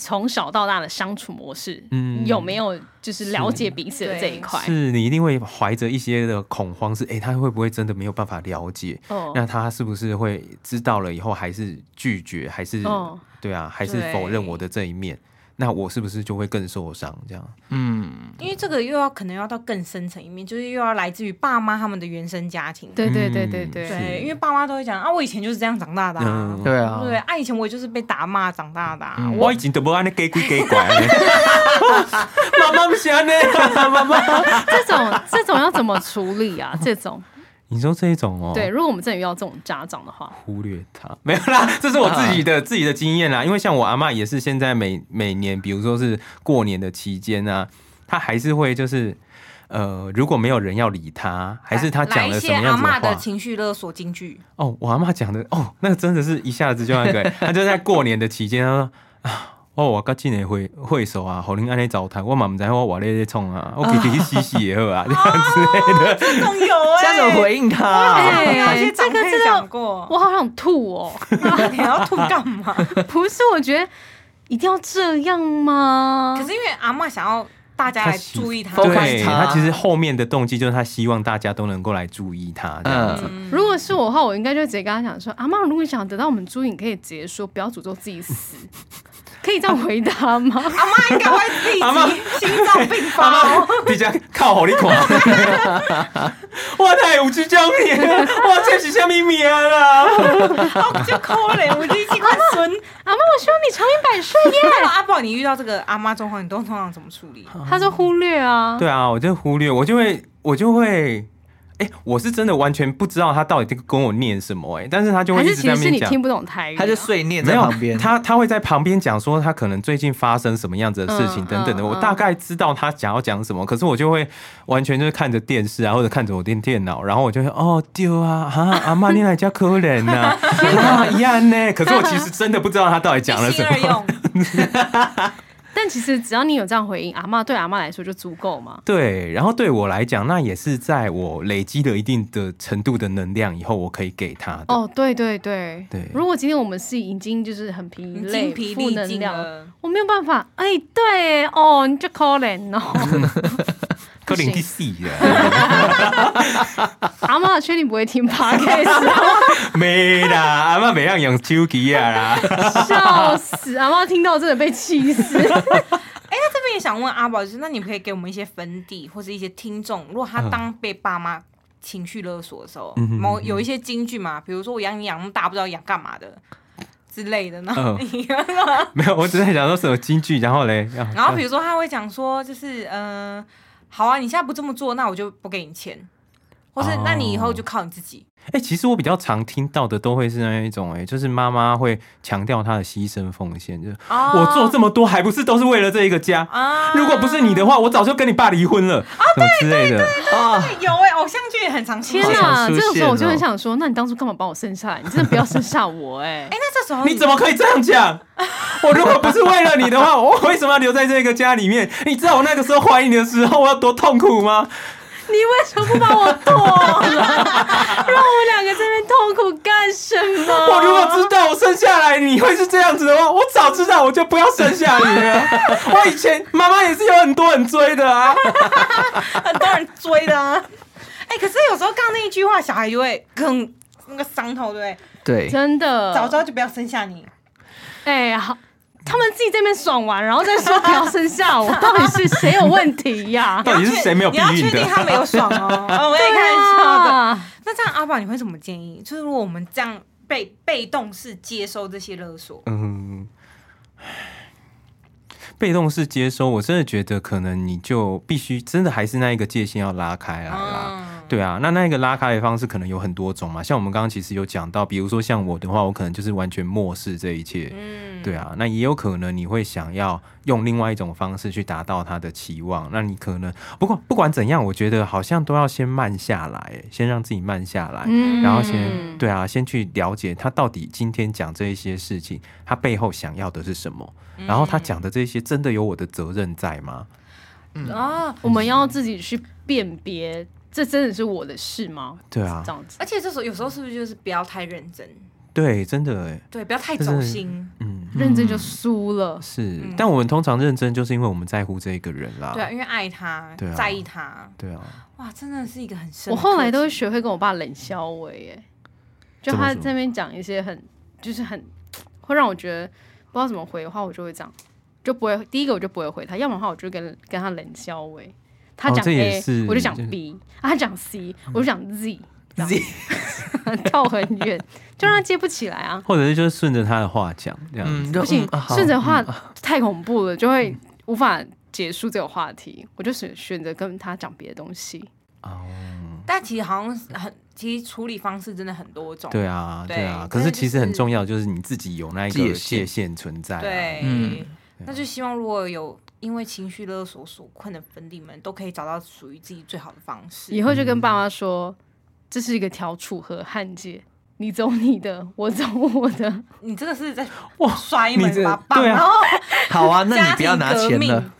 S3: 从小到大的相处模式，
S1: 嗯
S3: 有没有就是了解彼此的
S4: 是
S3: 这一块？
S1: 是你一定会怀着一些的恐慌是，诶，欸他会不会真的没有办法了解？
S3: 哦
S1: 那他是不是会知道了以后还是拒绝，还是、
S3: 哦
S1: 对啊，还是否认我的这一面？那我是不是就会更受伤？这样
S5: 嗯，
S4: 因为这个又要可能要到更深层一面，就是又要来自于爸妈他们的原生家庭。
S3: 对对对
S1: 嗯
S3: 对对，
S4: 对
S1: 是
S4: 因为爸妈都会讲啊，我以前就是这样长大的啊，
S1: 嗯
S5: 对啊，
S4: 对啊，以前我就是被打骂长大的啊、
S5: 嗯
S1: 我已经都不按那给鬼给拐
S3: [LAUGHS]
S1: 了，妈妈不行呢，妈妈。
S3: 这种这种要怎么处理
S1: [LAUGHS]
S3: 啊？这种
S1: 你说这一种哦，
S3: 对，如果我们真的遇到这种家长的话，
S1: 忽略他，没有啦，这是我自己的、自己的经验啦。因为像我阿嬷也是现在每每年，比如说是过年的期间啊，她还是会就是呃，如果没有人要理她，还是她讲了什么
S4: 来一些阿
S1: 样子
S4: 嬷
S1: 话
S4: 的情绪勒索金
S1: [LAUGHS]
S4: 句，
S1: 哦，我阿嬷讲的哦，那真的是一下子就那
S4: [LAUGHS]
S1: 个、她就在过年的期间，她说啊。哦，我刚进来会会手啊，好恁安尼糟蹋，我嘛唔知道我话咧咧创
S4: [LAUGHS]
S1: 啊，我给给洗洗也好啊，这
S4: 哦
S1: 样子。
S4: 这种有哎、
S5: 家长回应他，
S4: 对啊，
S3: 哎
S4: 有些长
S3: 这个
S4: 辈
S3: 这个
S4: 讲过，
S3: 我好想吐
S1: [LAUGHS]
S3: 哦！
S4: [LAUGHS] 你要吐干嘛？
S3: 不是，我觉得一定要这样吗？
S4: 可是因为阿嬷想要大家来注意她，
S5: 他喜 focus
S1: 对，
S5: 他
S1: 他其实后面的动机就是他希望大家都能够来注意他这样子。
S3: 如果是我的话，我应该就直接跟他讲说：“阿妈，如果你想得到我们注意，你可以直接说，不要诅咒自己死。” [LAUGHS] 可以这样回答吗？
S4: 阿嬷应该会自
S1: 阿嬷
S4: 己心脏病发
S1: 阿
S4: 哦。
S1: 妈，你家靠好你 [LAUGHS] 看，我太有趣讲你，我这是什么名啊啦？
S4: 就可怜，我就一起看孙。
S3: 阿妈，我希望你长命
S1: [LAUGHS]
S3: 百岁耶。
S4: 那阿宝，你遇到这个阿妈状况，你都通常怎么处理？
S3: 他说忽略啊，
S1: 对啊，我就忽略，我就会，我就会。哎、我是真的完全不知道他到底在跟我念什么哎、但是他就会
S3: 还
S1: 一
S3: 是
S1: 直
S3: 其
S1: 在
S3: 实
S1: 那
S3: 是
S1: 边
S3: 你
S1: 讲，
S3: 听不懂台语、啊，
S5: 他就碎念
S1: 没
S5: 在
S1: 有
S5: 旁边，
S1: 他他会在旁边讲说他可能最近发生什么样子的事情
S3: 嗯
S1: 等等的，
S3: 嗯
S1: 我
S3: 嗯
S1: 大概知道他想要讲什么，可是我就会完全就是看着电视啊，或者看着我电电脑，然后我就会哦丢啊啊阿妈你来家可怜
S3: [LAUGHS]
S1: 呐啊一样呢，可是我其实真的不知道他到底讲了
S4: 一
S1: 什
S4: 心
S3: [LAUGHS]
S1: 么。
S4: 二用，
S3: 但其实只要你有这样回应，阿妈对阿妈来说就足够嘛。
S1: 对，然后对我来讲，那也是在我累积了一定的程度的能量以后，我可以给他的。
S3: 哦，对对对
S1: 对
S3: 如果今天我们是已经就是很疲
S4: 你
S3: 累、
S4: 精疲
S3: 负
S4: 力
S3: 能
S4: 尽
S3: 量，
S4: [LAUGHS] 了。
S3: 我没有办法。哎，对哦，你就可怜
S1: [LAUGHS]
S3: 哦。
S1: 可能第四了，
S3: 阿妈确定不会听 podcast，
S1: 没啦，阿妈没让养手机啊啦。[LAUGHS]
S3: 笑死！阿妈听到真的被气死。
S4: 哎，那这边也想问阿宝，就是那你们可以给我们一些粉底或是一些听众，如果他当被爸妈情绪勒索的时候，
S1: 嗯嗯哼
S4: 某有一些金句嘛，比如说我养你养那么大，不知道养干嘛的之类的，然后
S1: 嗯，没有，我只是在想说什么京剧，然后嘞，啊
S4: 然后比如说他会讲说，就是嗯、呃好啊，你现在不这么做，那我就不给你钱，或是、
S1: 哦
S4: 那你以后就靠你自己。
S1: 哎、其实我比较常听到的都会是那一种、哎，就是妈妈会强调她的牺牲奉献，就是、
S4: 哦
S1: 我做这么多还不是都是为了这一个家。
S4: 啊
S1: 如果不是你的话，我早就跟你爸离婚了，
S4: 哦
S1: 什么之类的。
S5: [LAUGHS] 啊，
S4: 有哎、偶像剧也很常出
S3: 天
S4: 现。哎、
S3: 哪！
S5: 好想出
S3: 这个时
S5: 现
S3: 候
S5: 哦
S3: 我就很想说，那你当初干嘛把我生下来？你真的不要生下我哎、
S4: 那这时候
S1: 你怎么可以这样
S4: [LAUGHS]
S1: 讲？我如果不是为了你的话，我为什么要留在这个家里面？你知道我那个时候怀你的时候我有多痛苦吗？
S7: 你为什么不把我剁了？让我们两个这边痛苦干什么？
S1: 我如果知道我生下来你会是这样子的话，我早知道我就不要生下你了。 [LAUGHS] 我以前妈妈也是有很多人追的啊，
S4: 很多人追的啊。 [LAUGHS] 哎、可是有时候刚刚那一句话，小孩就会更那个伤透，对不对？
S5: 对，
S3: 真的，
S4: 早知道就不要生下你。
S3: 哎呀，他们自己这边爽完，然后再说不要生
S1: [LAUGHS]
S3: 下我，到底是谁有问题呀、
S1: 到底是谁没有避
S4: 你
S1: 孕
S4: 要确定
S1: 的？
S4: 他没有爽
S1: [LAUGHS]
S4: 哦。哦我也开玩
S3: 哎
S4: 笑的。那这样阿宝，你会怎么建议？就是如果我们这样被被动式接收这些勒索，
S1: 嗯，被动式接收，我真的觉得可能你就必须真的还是那一个界限要拉开来啦。
S4: 嗯，
S1: 对啊，那那一个拉开的方式可能有很多种嘛，像我们刚刚其实有讲到，比如说像我的话，我可能就是完全漠视这一切，嗯，对啊，那也有可能你会想要用另外一种方式去达到他的期望，那你可能不过不管怎样，我觉得好像都要先慢下来，先让自己慢下来，
S3: 嗯
S1: 然后先对啊，先去了解他到底今天讲这一些事情，他背后想要的是什么，然后他讲的这些真的有我的责任在吗？嗯
S4: 哦，
S3: 我们要自己去辨别，这真的是我的事吗？
S1: 对啊
S3: 这，样子，
S4: 而且这时候有时候是不是就是不要太认真？
S1: 对，真的欸，
S4: 对，不要太走心。
S1: 嗯。
S3: 认真就输了。
S1: 是
S4: 嗯，
S1: 但我们通常认真，就是因为我们在乎这一个人啦。
S4: 对啊，因为爱他，
S1: 对啊
S4: 在意他，
S1: 对啊，
S4: 哇，真的是一个很深
S3: 我
S4: 的课题。
S3: 后来都会学会跟我爸冷笑我耶，就
S1: 怎么
S3: 他
S1: 说
S3: 在那边讲一些很，就是很会让我觉得不知道怎么回的话，我就会这样，就不会第一个我就不会回他，要么的话我就跟跟他冷笑我耶。他
S1: 哦
S3: 讲
S1: 这也
S3: A，、
S1: 是嗯
S3: 我就讲
S1: 这
S3: B，啊他讲 C，我就讲 Z，Z [LAUGHS] 跳很远，就让他接不起来啊。
S1: 或者是就是顺着他的话讲这样子。
S5: 嗯，就
S3: 不行
S5: 嗯啊，好
S3: 顺着话太恐怖了，就会无法结束这个话题。我就选选择跟他讲别的东西。
S4: 嗯
S1: 哦，
S4: 但其实好像是很，其实处理方式真的很多种。
S1: 对啊，
S4: 对
S1: 对啊。
S4: 但
S1: 可
S4: 是
S1: 是
S4: 就
S1: 其实很
S4: 是
S1: 重要，就是你自己有那一
S5: 界
S1: 个
S5: 限
S1: 界限存在啊。啊
S4: 对，
S5: 嗯
S4: 那就希望如果有因为情绪勒索所困的粉底们，都可以找到属于自己最好的方式。
S3: 以后就
S1: 嗯
S3: 跟爸妈说，这是一个条楚河汉界，你走你的，我走我
S4: [LAUGHS]
S3: 的。
S4: 你真的是在
S1: 哇
S4: 摔一
S1: 你
S4: 门
S1: 这
S4: 把棒，
S1: 对啊
S4: 然后
S5: 好啊，那你不要拿钱
S4: 家庭革
S5: 了，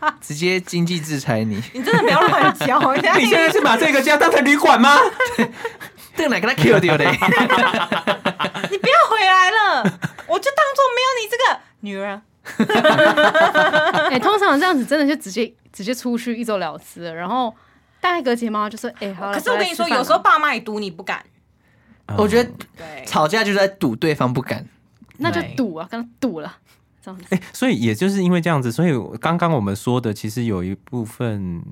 S5: 嗯
S3: [LAUGHS]
S5: 直接经济制裁你，
S4: 你真的不要乱教。
S1: [LAUGHS]
S4: 人家
S1: 你现在是把这个家当成旅馆吗？
S5: [LAUGHS] 这哪个他 Q 掉的？
S4: 你不要回来了，我就当做没有你这个女人。
S3: 哎、通常这样子真的就直接直接出去一走了之了，然后大概隔几天妈妈就说，哎、好了。
S4: 可是我跟你说，有时候
S3: 候
S4: 爸妈也赌你不敢。
S1: 嗯
S5: 我觉得
S4: 对，
S5: 吵架就是在赌对方不敢，
S3: 那就赌啊，跟他赌了，这样子。
S1: 所以也就是因为这样子，所以我刚刚我们说的，其实有一部分。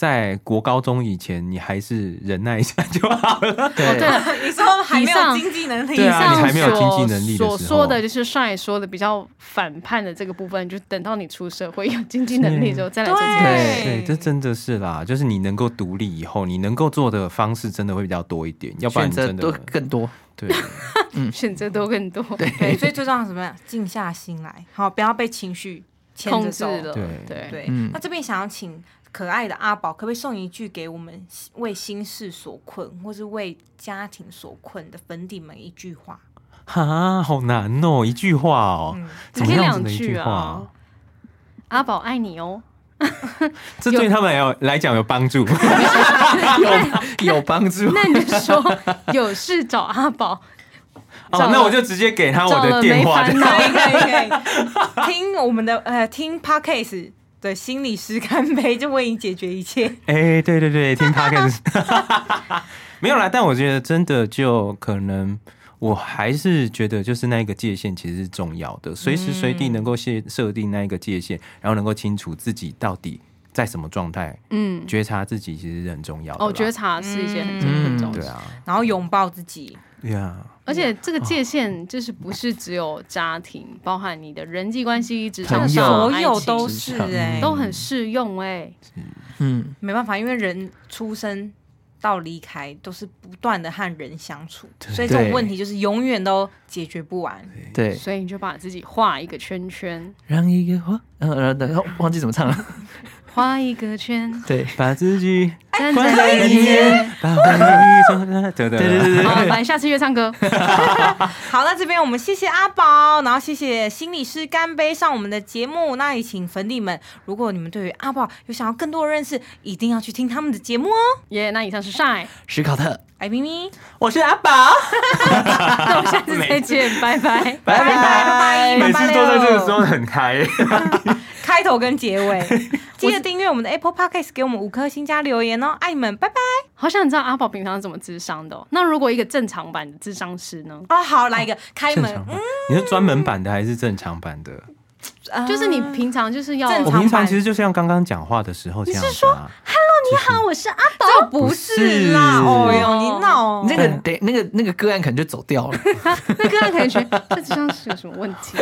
S1: 在国高中以前，你还是忍耐一下就好了。
S3: 哦，对了，
S4: [LAUGHS] 你说还没
S3: 以上
S4: 有经济能力，
S1: 对啊
S3: 上
S1: 你还没有经济
S3: 所
S1: 能力的时候
S3: 所说的就是上一说的比较反叛的这个部分，就等到你出社会有经济能力之后再来做这件事。
S4: 对
S1: 对，这真的是啦，就是你能够独立以后，你能够做的方式真的会比较多一点，要不然
S5: 选
S1: 你
S5: 择
S1: 真
S5: 多
S1: 的
S5: 更多。
S1: 对。 [LAUGHS]
S3: 选择多更多，
S4: 对，所以最重要是什么呀？静下心来，好，不要被情绪牵
S3: 控
S4: 着
S3: 制
S4: 走。
S3: 了，
S1: 对
S3: 对
S4: 对，
S5: 嗯
S4: 那这边想要请可爱的阿宝，可不可以送一句给我们为心事所困，或是为家庭所困的粉底们一句话？
S1: 哈，好难哦，一句话哦，
S4: 嗯
S1: 怎么样子的一句话
S3: 只可以两句
S1: 啊？
S3: 阿宝爱你哦，
S1: 这对他们来来讲有帮
S3: [LAUGHS]
S1: 助，
S5: [LAUGHS] 有有帮助。
S3: 那你就说有事找阿宝，
S1: 哦，那我就直接给他我的电话
S3: 找了没烦恼
S4: 可以可以可以，听我们的呃，听 podcast 的心理师干杯，就为你解决一切。
S1: 哎、对对对，听 p o d c a s 没有啦，但我觉得真的就可能。我还是觉得，就是那一个界限其实是重要的，随时随地能够设设定那一个界限，然后能够清楚自己到底在什么状态，
S3: 嗯，
S1: 觉察自己其实是很重要的啦。
S3: 哦，觉察是一件很重要的
S5: 嗯
S3: 很重
S1: 对
S3: 要，
S1: 啊，
S4: 然后拥抱自己，
S1: 对啊，
S3: 而且这个界限就是不是只有家庭，包含你的人际关系、职
S5: 朋
S3: 场
S5: 友
S1: 啊
S3: 上、
S4: 所
S3: 爱
S4: 有
S3: 情
S4: 都是
S5: 职场
S1: 嗯
S4: 哎、
S3: 都很适用哎，
S5: 嗯，
S4: 没办法，因为人出生到离开都是不断的和人相处，所以这种
S5: 对
S4: 问题就是永远都解决不完。
S5: 对，
S3: 所以你就把自己画一个圈圈，
S5: 让一个花，呃，然后忘记怎么唱了。
S3: 画一个圈，
S5: 对，
S1: 把自己
S4: 哎
S3: 站
S1: 关
S3: 在
S1: 在里
S3: 一起。
S1: 面，把回忆装在……对对
S5: 对对对
S3: 好，反正下次约唱歌。
S4: 好，那这边我们谢谢阿宝，然后谢谢心理师干杯上我们的节目。那也请粉底们，如果你们对于阿宝有想要更多的认识，一定要去听他们的节目哦。
S3: 耶，那以上是
S1: [LAUGHS]
S3: Shine，
S5: 史考特，
S1: 哎
S4: 爱咪咪，
S5: 我是阿宝，
S3: 那我们下次再见，拜拜。
S5: 拜
S4: 拜拜
S1: 每次都在这个时候很开。
S4: 开头跟结尾， [LAUGHS] 记得订阅我们的 Apple Podcast，给我们五颗星加留言哦。爱你们，拜拜
S3: 好想知道阿宝平常是怎么智商的哦、那如果一个正常版的智商师呢？
S4: 啊！好，来一个开
S1: 正
S4: 门
S1: 常，版，你是专门版的还是正常版的？
S4: 呃
S3: 就是你平常就是要
S4: 正
S1: 我
S4: 常版
S1: 平常其实就像刚刚讲话的时候这样子啊。
S3: 啊
S7: 好，我是阿
S4: 这不是啦，
S1: 不
S4: 哦
S1: 是
S4: 哟，哦你闹
S5: 你
S1: 嗯
S5: 这个得那个那个个案可能就走
S4: [LAUGHS]
S5: 掉了。
S3: 那个案可能觉 [LAUGHS] 得这智商师有什么问题？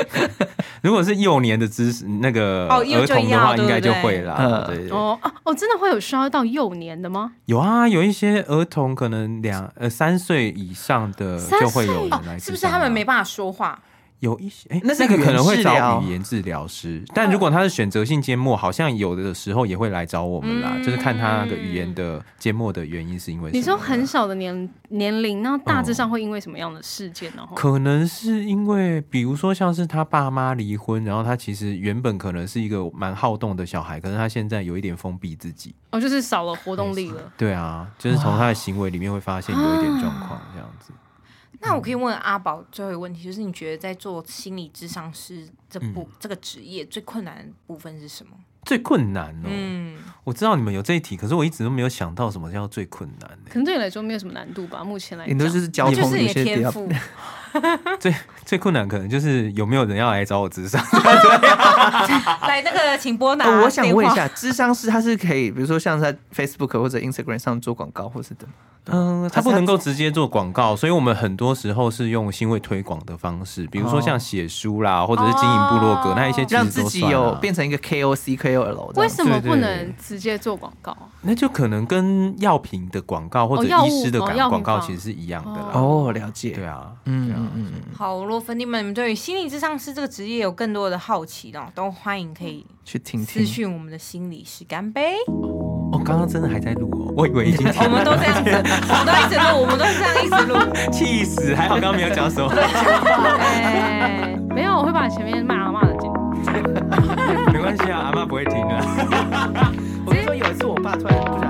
S1: 如果是幼年的知识，那个
S4: 哦幼
S1: 儿童的
S4: 就要
S1: 话，应该就
S4: 对不对
S1: 会啦。
S5: 嗯
S1: 对对对
S3: 哦哦哦，真的会有需要到幼年的吗？
S1: 有啊，有一些儿童可能两呃三岁以上的就会有人来、
S4: 哦是不是他们没？办法说话？
S1: 有一些，哎、
S5: 那
S1: 那
S5: 是
S1: 个可能
S5: 语言治
S1: 会
S5: 疗
S1: 找语言治疗师，但如果他是选择性缄默，好像有的时候也会来找我们啦，
S4: 嗯
S1: 就是看他那个语言的缄默的原因是因为什么
S3: 你说很小的年年龄，那大致上会因为什么样的事件呢？
S1: 哦
S3: 哦
S1: 可能是因为，比如说像是他爸妈离婚，然后他其实原本可能是一个蛮好动的小孩，可是他现在有一点封闭自己。
S3: 哦，就是少了活动力了。
S1: 对啊，就是从他的行为里面会发现有一点状况这样子。
S5: 嗯
S4: 那我可以问阿宝最后一个问题，就是你觉得在做心理智商师这部、
S5: 嗯
S4: 这个职业最困难的部分是什么？
S1: 最困难哦、
S4: 嗯，
S1: 我知道你们有这一题，可是我一直都没有想到什么叫最困难、欸。
S3: 可能对你来说没有什么难度吧，目前来
S5: 你
S3: 讲。
S5: 都就是交
S4: 就
S5: 通
S4: 是
S5: 有
S4: 你的
S5: 些哦比
S4: 天
S5: 较
S4: 赋，
S1: 最最困难可能就是有没有人要来找我智商。
S4: [LAUGHS] 来那个请拨打、
S5: 哦，我想问一
S4: 电话，
S5: 下，智商师他是可以，比如说像在 Facebook 或者 Instagram 上做广告或是的吗，
S1: 嗯，他不能够直接做广告，所以我们很多时候是用新会推广的方式，比如说像写书啦，或者是经营部落格、
S4: 哦
S1: 那一些其实都
S5: 让自己
S1: 算啊
S5: 有变成一个 KOC KOL 这
S3: 为
S5: 样子。
S3: 什么
S1: 对对
S3: 不能直接做广告 [LAUGHS] 啊？
S1: 那就可能跟药品的广告或者
S3: 哦药物
S1: 医师的
S3: 哦药
S1: 广广
S3: 品
S1: 告
S3: 房
S1: 其实是一样的啦。
S5: 哦，了解。
S1: 对啊，
S5: 嗯
S1: 对啊
S5: 嗯嗯嗯，
S4: 好，若粉你们，你们对于心理智商师这个职业有更多的好奇呢，都欢迎可以
S5: 去听
S4: 私
S5: 听。
S4: 讯我们的心理师干杯。
S1: 哦，刚刚真的还在录哦，我以为已 [LAUGHS] 经停
S4: 我们都这样子，我们都一直录，我们都是这样一直录。
S1: 气死，还好刚刚没有讲什么。
S3: 哎，没有，我会把前面骂阿骂的剪掉。
S1: 没关系啊，阿妈不会停的。
S5: 我跟你说，有一次我爸突然不小心。